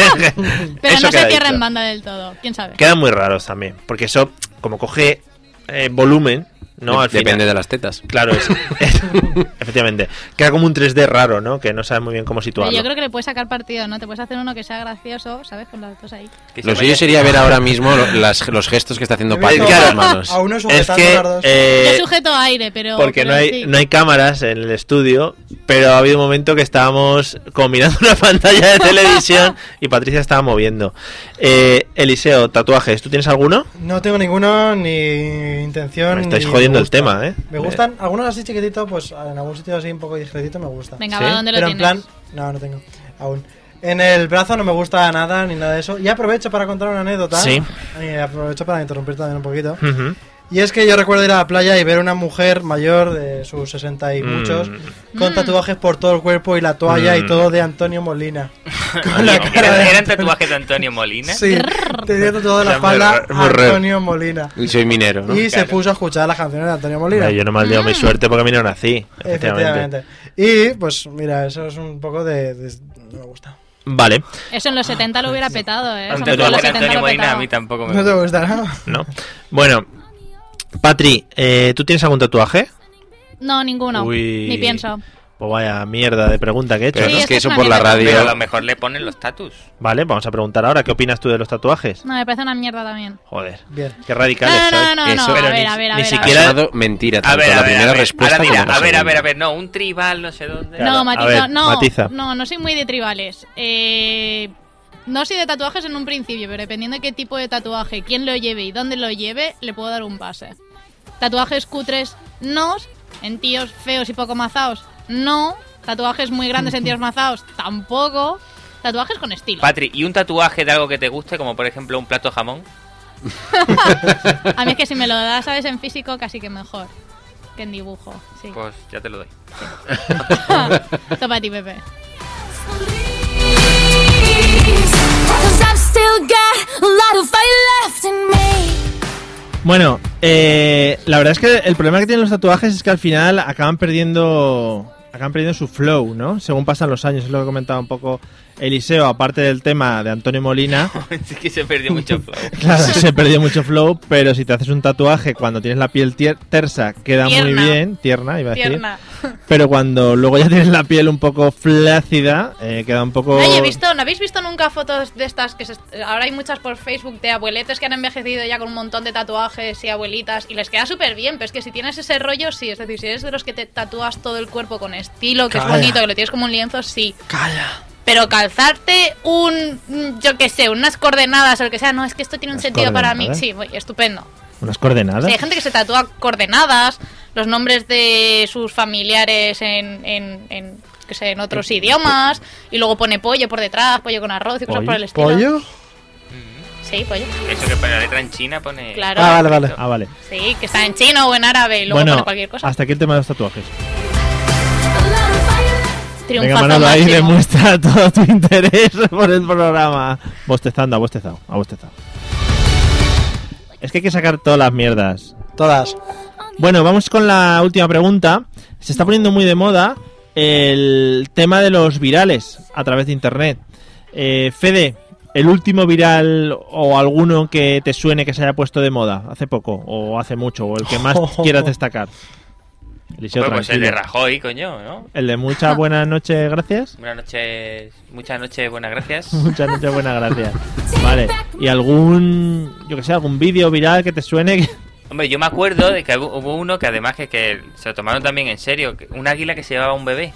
D: Pero
B: Eso
D: no se
B: queda
D: cierra
B: dicho.
D: en banda del todo. ¿Quién sabe?
B: quedan muy raros también porque eso como coge eh, volumen no
F: Dep-
B: al final.
F: depende de las tetas.
B: claro es- es- efectivamente queda como un 3D raro no que no sabes muy bien cómo
D: Pero
B: situarlo
D: yo creo que le puedes sacar partido, ¿no? Te puedes hacer uno que sea gracioso, ¿sabes? Con las dos ahí.
F: Lo suyo sería ver ahora mismo lo- las- los gestos que está haciendo Paco con las manos.
B: es que eh,
D: Yo sujeto aire, pero.
B: porque
D: pero
B: no hay,
D: sí.
B: no hay cámaras en el estudio, pero ha habido un momento que estábamos combinando una pantalla de televisión y Patricia estaba moviendo. Eh, Eliseo, tatuajes, ¿tú tienes alguno?
E: No tengo ninguno ni intención.
B: Me estáis
E: ni
B: jodiendo
E: me
B: el
E: gusta.
B: tema, ¿eh?
E: Me gustan algunos así chiquititos, pues en algún sitio así un poco discretito me gusta.
D: Venga, ¿Sí? va, ¿dónde lo
E: Pero en
D: tienes?
E: plan, no, no tengo aún. En el brazo no me gusta nada ni nada de eso. Y aprovecho para contar una anécdota.
B: Sí. Mm.
E: Eh, aprovecho para interrumpir también un poquito. Y es que yo recuerdo ir a la playa y ver una mujer mayor de sus 60 y
B: Mm.
E: muchos con tatuajes por todo el cuerpo y la toalla
B: Mm.
E: y todo de Antonio Molina. Con la cara
C: ¿Eran,
E: de
C: eran tatuajes de Antonio Molina?
E: Sí, tenía tatuado en la
F: O sea, muy
E: espalda
F: raro, muy raro.
E: Antonio Molina.
F: Y Soy minero, ¿no?
E: Y se puso a escuchar las canciones de Antonio Molina.
B: Ay, yo no maldeo
D: Mm.
B: mi suerte porque a mí no nací, efectivamente.
E: Efectivamente. Y pues mira, eso es un poco de... de- no me gusta.
B: Vale,
D: Eso en los 70 lo
E: Ah,
D: hubiera petado, ¿eh? Eso
C: Un
D: en
C: tatuaje
D: los
C: de
D: 70
C: Antonio
D: lo
C: Molina a
D: petaba.
C: mí tampoco me
E: No te gusta, ¿no?
B: ¿no? Bueno, Patri, eh, ¿tú tienes algún tatuaje?
D: No, ninguno.
B: Uy.
D: Ni pienso.
B: Pues vaya mierda de pregunta que he hecho.
D: Pero Sí, es es que que es eso una por la mierda. radio-
C: Pero a lo mejor le ponen los tatus.
B: Vale, vamos a preguntar ahora, ¿qué opinas tú de los tatuajes?
D: No, me parece una mierda también.
B: Joder,
E: Bien.
B: qué radicales,
D: No, no,
B: ¿sabes?
D: no, no, no, a
B: pero
D: ver,
B: ni-
D: a ver, a
B: ni
D: ver, a
B: siquiera
F: Ha sonado mentira, tanto la primera respuesta
C: ahora dirá,
F: como la
C: a ver, a ver,
F: segunda.
C: a ver, no, un tribal, no sé dónde.
D: no, matiza,
F: a ver,
D: no,
F: matiza.
D: no, no soy muy de tribales. Eh, no soy de tatuajes en un principio, pero dependiendo de qué tipo de tatuaje, quién lo lleve y dónde lo lleve, le puedo dar un pase. Tatuajes cutres, no. En tíos feos y poco mazaos, no. Tatuajes muy grandes en tíos mazaos, tampoco. Tatuajes con estilo.
C: Patri, ¿y un tatuaje de algo que te guste, como por ejemplo un plato de jamón?
D: A mí es que si me lo das, ¿sabes? En físico, casi que mejor que en dibujo. Sí.
C: Pues ya te lo doy.
D: Toma a ti, Pepe.
G: Cause I've still got a lot of fight left in me.
B: Bueno, eh, la verdad es que el problema que tienen los tatuajes es que al final acaban perdiendo acaban perdiendo su flow, ¿no? Según pasan los años, es lo que comentaba un poco Eliseo, aparte del tema de Antonio Molina.
C: Pues sí que se perdió mucho flow.
B: Claro, se perdió mucho flow, pero si te haces un tatuaje cuando tienes la piel tier- tersa, queda
D: Tierna.
B: muy bien, tierna, iba a decir.
D: Tierna.
B: Pero cuando luego ya tienes la piel un poco flácida, eh, queda un poco...
D: Ay, he visto, ¿no habéis visto nunca fotos de estas que se est- ahora hay muchas por Facebook de abueletes que han envejecido ya con un montón de tatuajes y abuelitas y les queda súper bien, pero es que si tienes ese rollo sí, es decir, si eres de los que te tatúas todo el cuerpo con estilo, que
B: Calla.
D: es bonito, que lo tienes como un lienzo, sí. Cala. Pero calzarte un, mm, yo qué sé, unas coordenadas o lo que sea, no, es que esto tiene un
B: Unas
D: sentido para mí,
B: coordenadas. ¿eh?
D: sí, muy estupendo.
B: Unas coordenadas.
D: Sí, hay gente que se tatúa coordenadas, los nombres de sus familiares en, en, en, que sé, en otros idiomas, y luego pone pollo por detrás, pollo con arroz y cosas por el estilo. Sí, pollo.
C: Eso que para la letra en China pone.
D: Claro. Ah, vale, vale.
B: Ah, vale.
D: Sí, que está en chino o en árabe y luego
B: Bueno,
D: pone cualquier cosa.
B: hasta aquí el tema de los tatuajes.
D: Triunfazo
B: Venga, Manolo, ahí
D: máximo.
B: demuestra todo tu interés por el programa. Bostezando, ha bostezado, ha bostezado. Es que hay que sacar todas las mierdas.
E: Todas.
B: Bueno, vamos con la última pregunta. Se está poniendo muy de moda el tema de los virales a través de internet. Eh, Fede, ¿el último viral o alguno que te suene que se haya puesto de moda hace poco o hace mucho o el que más quieras destacar? Eliseo,
C: Joder, pues el de
B: tranquilo.
C: Rajoy, coño, ¿no?
B: El de muchas buenas noches, gracias.
C: Buenas noches. Muchas noches, buenas gracias.
B: Muchas noches, buenas gracias. Vale. ¿Y algún, yo que sé, algún vídeo viral que te suene? que-
C: Hombre, yo me acuerdo de que hubo, hubo uno que además que, que se lo tomaron también en serio. que- Un águila que se llevaba un bebé.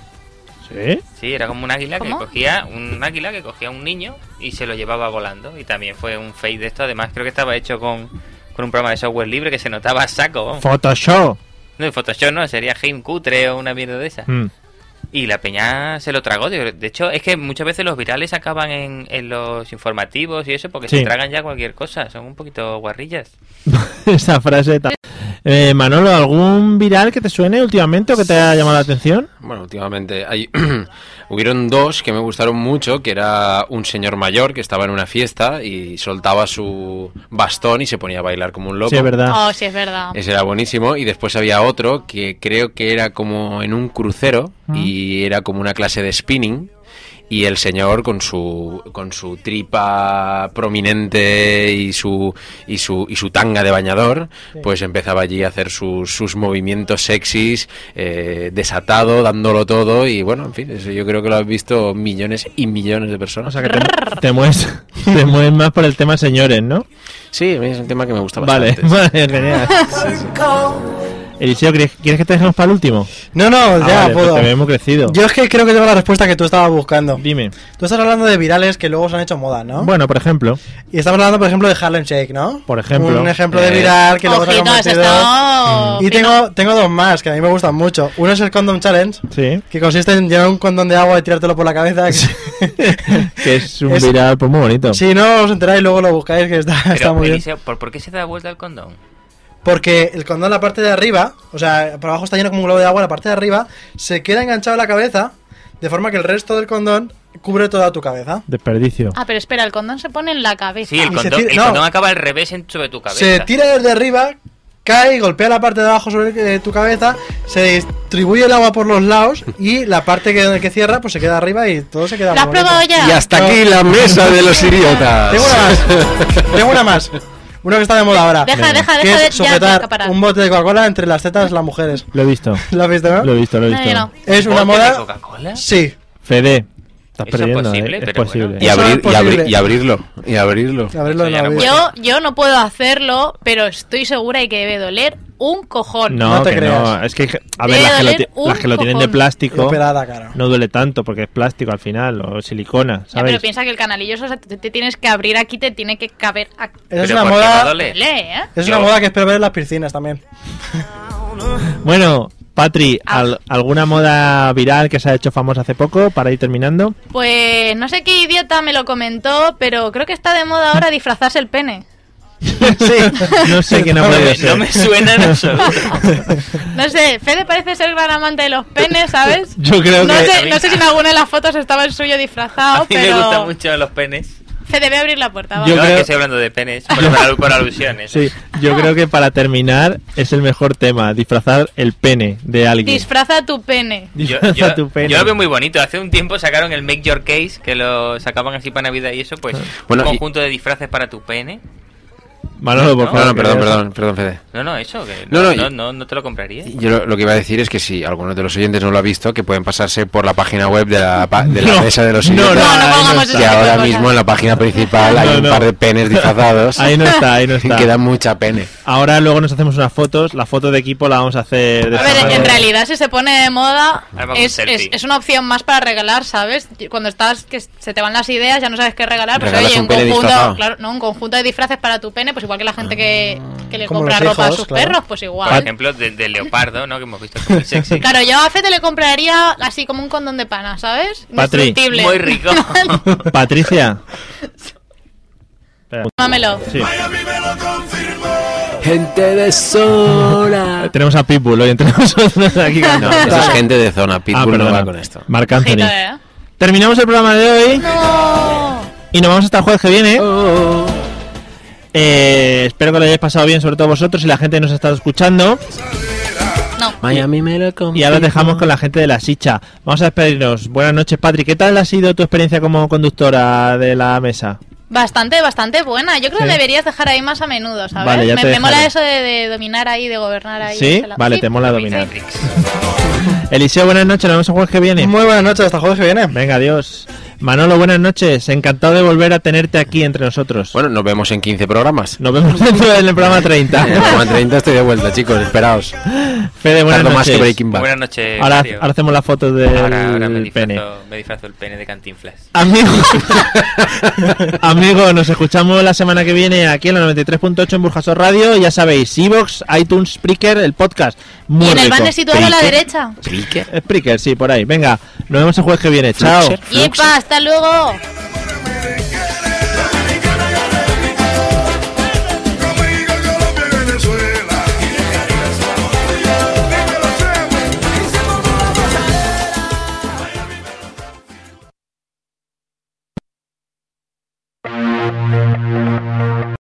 B: ¿Sí?
C: Sí, era como un águila
D: ¿Cómo?
C: que cogía un águila que cogía un niño y se lo llevaba volando. Y también fue un fake de esto. Además, creo que estaba hecho con, con un programa de software libre que se notaba a saco. vamos.
B: Photoshop.
C: No, en Photoshop no, sería Game Cutre o una mierda de esa.
B: Mm.
C: Y la peña se lo tragó. tío. De hecho, es que muchas veces los virales acaban en, en los informativos y eso porque
B: Sí.
C: se tragan ya cualquier cosa. Son un poquito guarrillas.
E: Ah,
B: Esa frase tan... Eh, Manolo, ¿algún viral que te suene últimamente o que te haya llamado la atención?
F: Bueno, últimamente hay... hubieron dos que me gustaron mucho, que era un señor mayor que estaba en una fiesta y soltaba su bastón y se ponía a bailar como un loco. Ah.
B: Sí, es verdad.
D: Oh, sí, es verdad.
F: Ese era buenísimo. Y después había otro que creo que era como en un crucero y era como una clase de spinning. Y el señor con su, con su tripa prominente y su, y su, y su tanga de bañador, pues empezaba allí a hacer sus, sus movimientos sexys, eh, desatado, dándolo todo. Y bueno, en fin, eso yo creo que lo han visto millones y millones de personas.
B: O sea que te, te mueves, te mueves más por el tema señores, ¿no?
F: Sí, es un tema que me gusta
B: Vale,
F: bastante.
B: vale, genial. Eliseo, ¿quieres, quieres que te dejemos para el último?
E: No, no,
B: Ah,
E: ya
B: vale, pues
E: puedo.
B: te habíamos crecido.
E: Yo es que creo que tengo la respuesta que tú estabas buscando.
B: Dime.
E: Tú estás hablando de virales que luego se han hecho moda, ¿no?
B: Bueno, por ejemplo,
E: Y estamos hablando, por ejemplo, de Harlem Shake, ¿no?
B: Por ejemplo.
E: Un ejemplo de
B: Eh.
E: viral que luego se ha
D: Ojito, eso
E: convertido...
D: está-
E: Y
D: ojito.
E: tengo, tengo dos más que a mí me gustan mucho. Uno es el Condom Challenge,
B: sí,
E: que consiste en llevar un condón de agua y tirártelo por la cabeza.
B: que es un
E: Es-
B: viral pues, muy bonito.
E: si no os enteráis, luego lo buscáis, que está, está
C: Pero,
E: muy bien.
C: Eliseo, ¿por, por qué se da vuelta el condón?
E: Porque el condón, la parte de arriba, o sea, por abajo está lleno como un globo de agua, la parte de arriba se queda enganchado a la cabeza, de forma que el resto del condón cubre toda tu cabeza.
B: Desperdicio.
D: Ah, pero espera, el condón se pone en la cabeza.
C: Sí, el
E: Y se
C: condón,
E: tira-
C: el
E: no.
C: condón acaba al revés en- sobre tu cabeza.
E: Se tira desde arriba, cae y golpea la parte de abajo sobre eh, tu cabeza, se distribuye el agua por los lados y la parte que, que cierra pues se queda arriba y todo se queda
D: ¿Lo has
E: muy bonito.
D: probado ya?
F: Y hasta aquí la mesa de los idiotas.
E: Tengo una más. Tengo una más. Una que está de moda ahora.
D: Deja, deja,
E: que
D: deja de-
E: es
D: ya, ya,
E: sujetar
D: acaparar.
E: un bote de Coca-Cola entre las tetas de las mujeres.
B: Lo he visto,
E: ¿Lo has visto,
C: ¿Ah?
E: no?
B: lo he visto, lo he
D: No,
B: visto.
D: yo no.
E: Es una
C: ¿Bote de
E: moda.
C: Coca-Cola?
E: Sí.
B: Fede, estás
C: Eso es
B: perdiendo,
C: posible,
B: ¿eh? es
C: pero
B: posible.
F: Y,
E: Eso
F: abrir-
E: es
F: y, abrir-
E: posible.
F: y abrirlo. Y abrirlo.
E: A verlo en
C: Eso ya
E: la
C: no
E: vida.
D: Yo, yo no puedo hacerlo, pero estoy segura de que debe doler un cojón.
B: No,
E: No te
B: que
E: creas.
B: no, es que, a ver,
D: Debe
B: las que, lo,
D: doler
B: ti-
D: un
B: las que lo tienen de
D: cojón.
E: Y
B: plástico
E: operada, cara.
B: no duele tanto porque es plástico al final o silicona,
D: Ya, pero
B: ¿sabes?
D: piensa que el canalillo, eso, o sea, te, te tienes que abrir aquí, te tiene que caber aquí.
E: Esa es
C: Pero
E: una
C: ¿por qué va a
E: moda.
C: doler?
D: Lee, ¿eh?
E: Es una
C: Yo-
E: moda que espero ver en las piscinas también.
B: Bueno, Patri,
D: Ah.
B: al- ¿alguna moda viral que se ha hecho famosa hace poco para ir terminando?
D: Pues no sé qué idiota me lo comentó, pero creo que está de moda ahora disfrazarse el pene.
B: No sé quién ha
C: No
B: podido
C: me-
B: ser.
C: no me suena en absoluto.
D: No sé, Fede parece ser gran amante de los penes, ¿sabes?
B: Yo creo
D: no
B: que-
D: Sé, no sé si en alguna de las fotos estaba el suyo disfrazado,
C: A mí me gustan
D: pero.
C: mucho los penes.
D: Fede, ve a abrir la puerta, va.
B: Yo
C: no, es
B: creo-
C: que estoy hablando de penes, por, por- por alusiones.
B: Sí, yo creo que para terminar es el mejor tema, disfrazar el pene de alguien.
D: Disfraza tu pene.
C: Yo,
B: Disfraza
C: yo-
B: tu pene.
C: yo lo veo muy bonito. Hace un tiempo sacaron el Make Your Case, que lo sacaban así para Navidad y eso, pues
B: Ah.
F: Bueno, y-
C: un conjunto de disfraces para tu pene.
B: Manolo, por
F: No,
B: favor.
F: no,
B: que
F: perdón,
B: veas.
F: perdón, perdón, Fede.
C: No, no, eso, que
F: No,
C: no,
F: no,
C: no,
F: y-
C: no- no te lo compraría.
F: Yo lo, lo que iba a decir es que si alguno de los oyentes no lo ha visto, que pueden pasarse por la página web de la, pa- de la
B: No,
F: mesa de los
B: no,
F: idiotas.
B: no, No, no ahí no pongamos
F: que
B: está.
F: ahora
B: esas
F: mismo en la página principal hay
B: No,
F: un
B: no.
F: par de penes disfrazados.
B: Ahí no está, ahí no está.
F: Que dan mucha pene.
B: Ahora luego nos hacemos unas fotos, la foto de equipo la vamos a hacer de
D: A
B: esta
D: ver, en
B: manera.
D: realidad si se pone de moda
C: Arma con
D: es,
C: selfie.
D: es- es una opción más para regalar, ¿sabes? Cuando estás que se te van las ideas, ya no sabes qué regalar, pues
F: Regalas
D: oye,
F: un
D: un,
F: pene disfrazado.
D: conjunto, claro, no, un conjunto de disfraces para tu pene, pues igual que la gente que,
B: Ah,
D: que le
E: Como
D: compra
E: los
D: ropa a
E: hijos,
D: sus
E: claro.
D: perros, pues igual.
C: Por ejemplo, de, de leopardo, ¿no? Que hemos visto que es muy sexy.
D: Claro, yo a Fede le compraría así como un condón de pana, ¿sabes?
B: Patri.
D: Indestructible.
C: Muy rico.
B: Patricia. Espera.
D: Mámelo.
B: Sí.
K: Gente de zona.
B: Tenemos a Pitbull hoy entre nosotros aquí. con-
F: No, eso es gente de zona.
B: Ah,
F: Pitbull no
B: perdona.
F: va con esto.
B: Marc Anthony.
D: Ojito, ¿eh?
B: Terminamos el programa de hoy
D: No.
B: y nos vamos hasta el jueves que viene.
F: Oh.
B: Eh, espero que lo hayáis pasado bien, sobre todo vosotros y la gente que nos ha estado escuchando.
F: Miami me lo
B: Y ahora os dejamos con la gente de la Sicha. Vamos a despedirnos. Buenas noches, Patrick. ¿Qué tal ha sido tu experiencia como conductora de la mesa?
D: Bastante, bastante buena. Yo creo
B: Sí.
D: que deberías dejar ahí más a menudo, ¿sabes?
B: Vale, ya
D: me,
B: te
D: me mola
B: dejaré.
D: eso de, de dominar ahí, de gobernar ahí.
B: ¿Sí?
D: ese lado.
B: Vale,
D: Sí.
B: te mola dominar.
C: Matrix.
B: Eliseo, buenas noches. Nos vemos el jueves que viene.
E: Muy buenas noches, hasta jueves que viene.
B: Venga, adiós. Manolo, buenas noches. Encantado de volver a tenerte aquí entre nosotros.
F: Bueno, nos vemos en 15 programas.
B: Nos vemos dentro del programa
F: En el
B: 30.
F: programa 30 estoy de vuelta, chicos. Esperaos.
B: Fede, buenas
F: Tardo
B: noches.
F: más que Breaking Bad.
C: Buenas noches.
B: Ahora,
C: Mario.
B: ahora hacemos la foto del
C: Ahora- ahora me
B: pene.
C: disfrazo, me disfrazo el pene de Cantinflas.
B: Amigo, amigo, nos escuchamos la semana que viene aquí en la 93.8 en Burjasot Radio. Ya sabéis, Evox, iTunes, Spreaker, el podcast. Muy
D: Y en el
B: rico.
D: banner situado a la
F: Perico.
D: derecha.
F: ¿Flicker?
B: Spreaker, sí, por ahí. Venga, nos vemos el jueves que viene. Chao.
F: Fluxer, Fluxer.
D: ¡Yepa! ¡Hasta luego!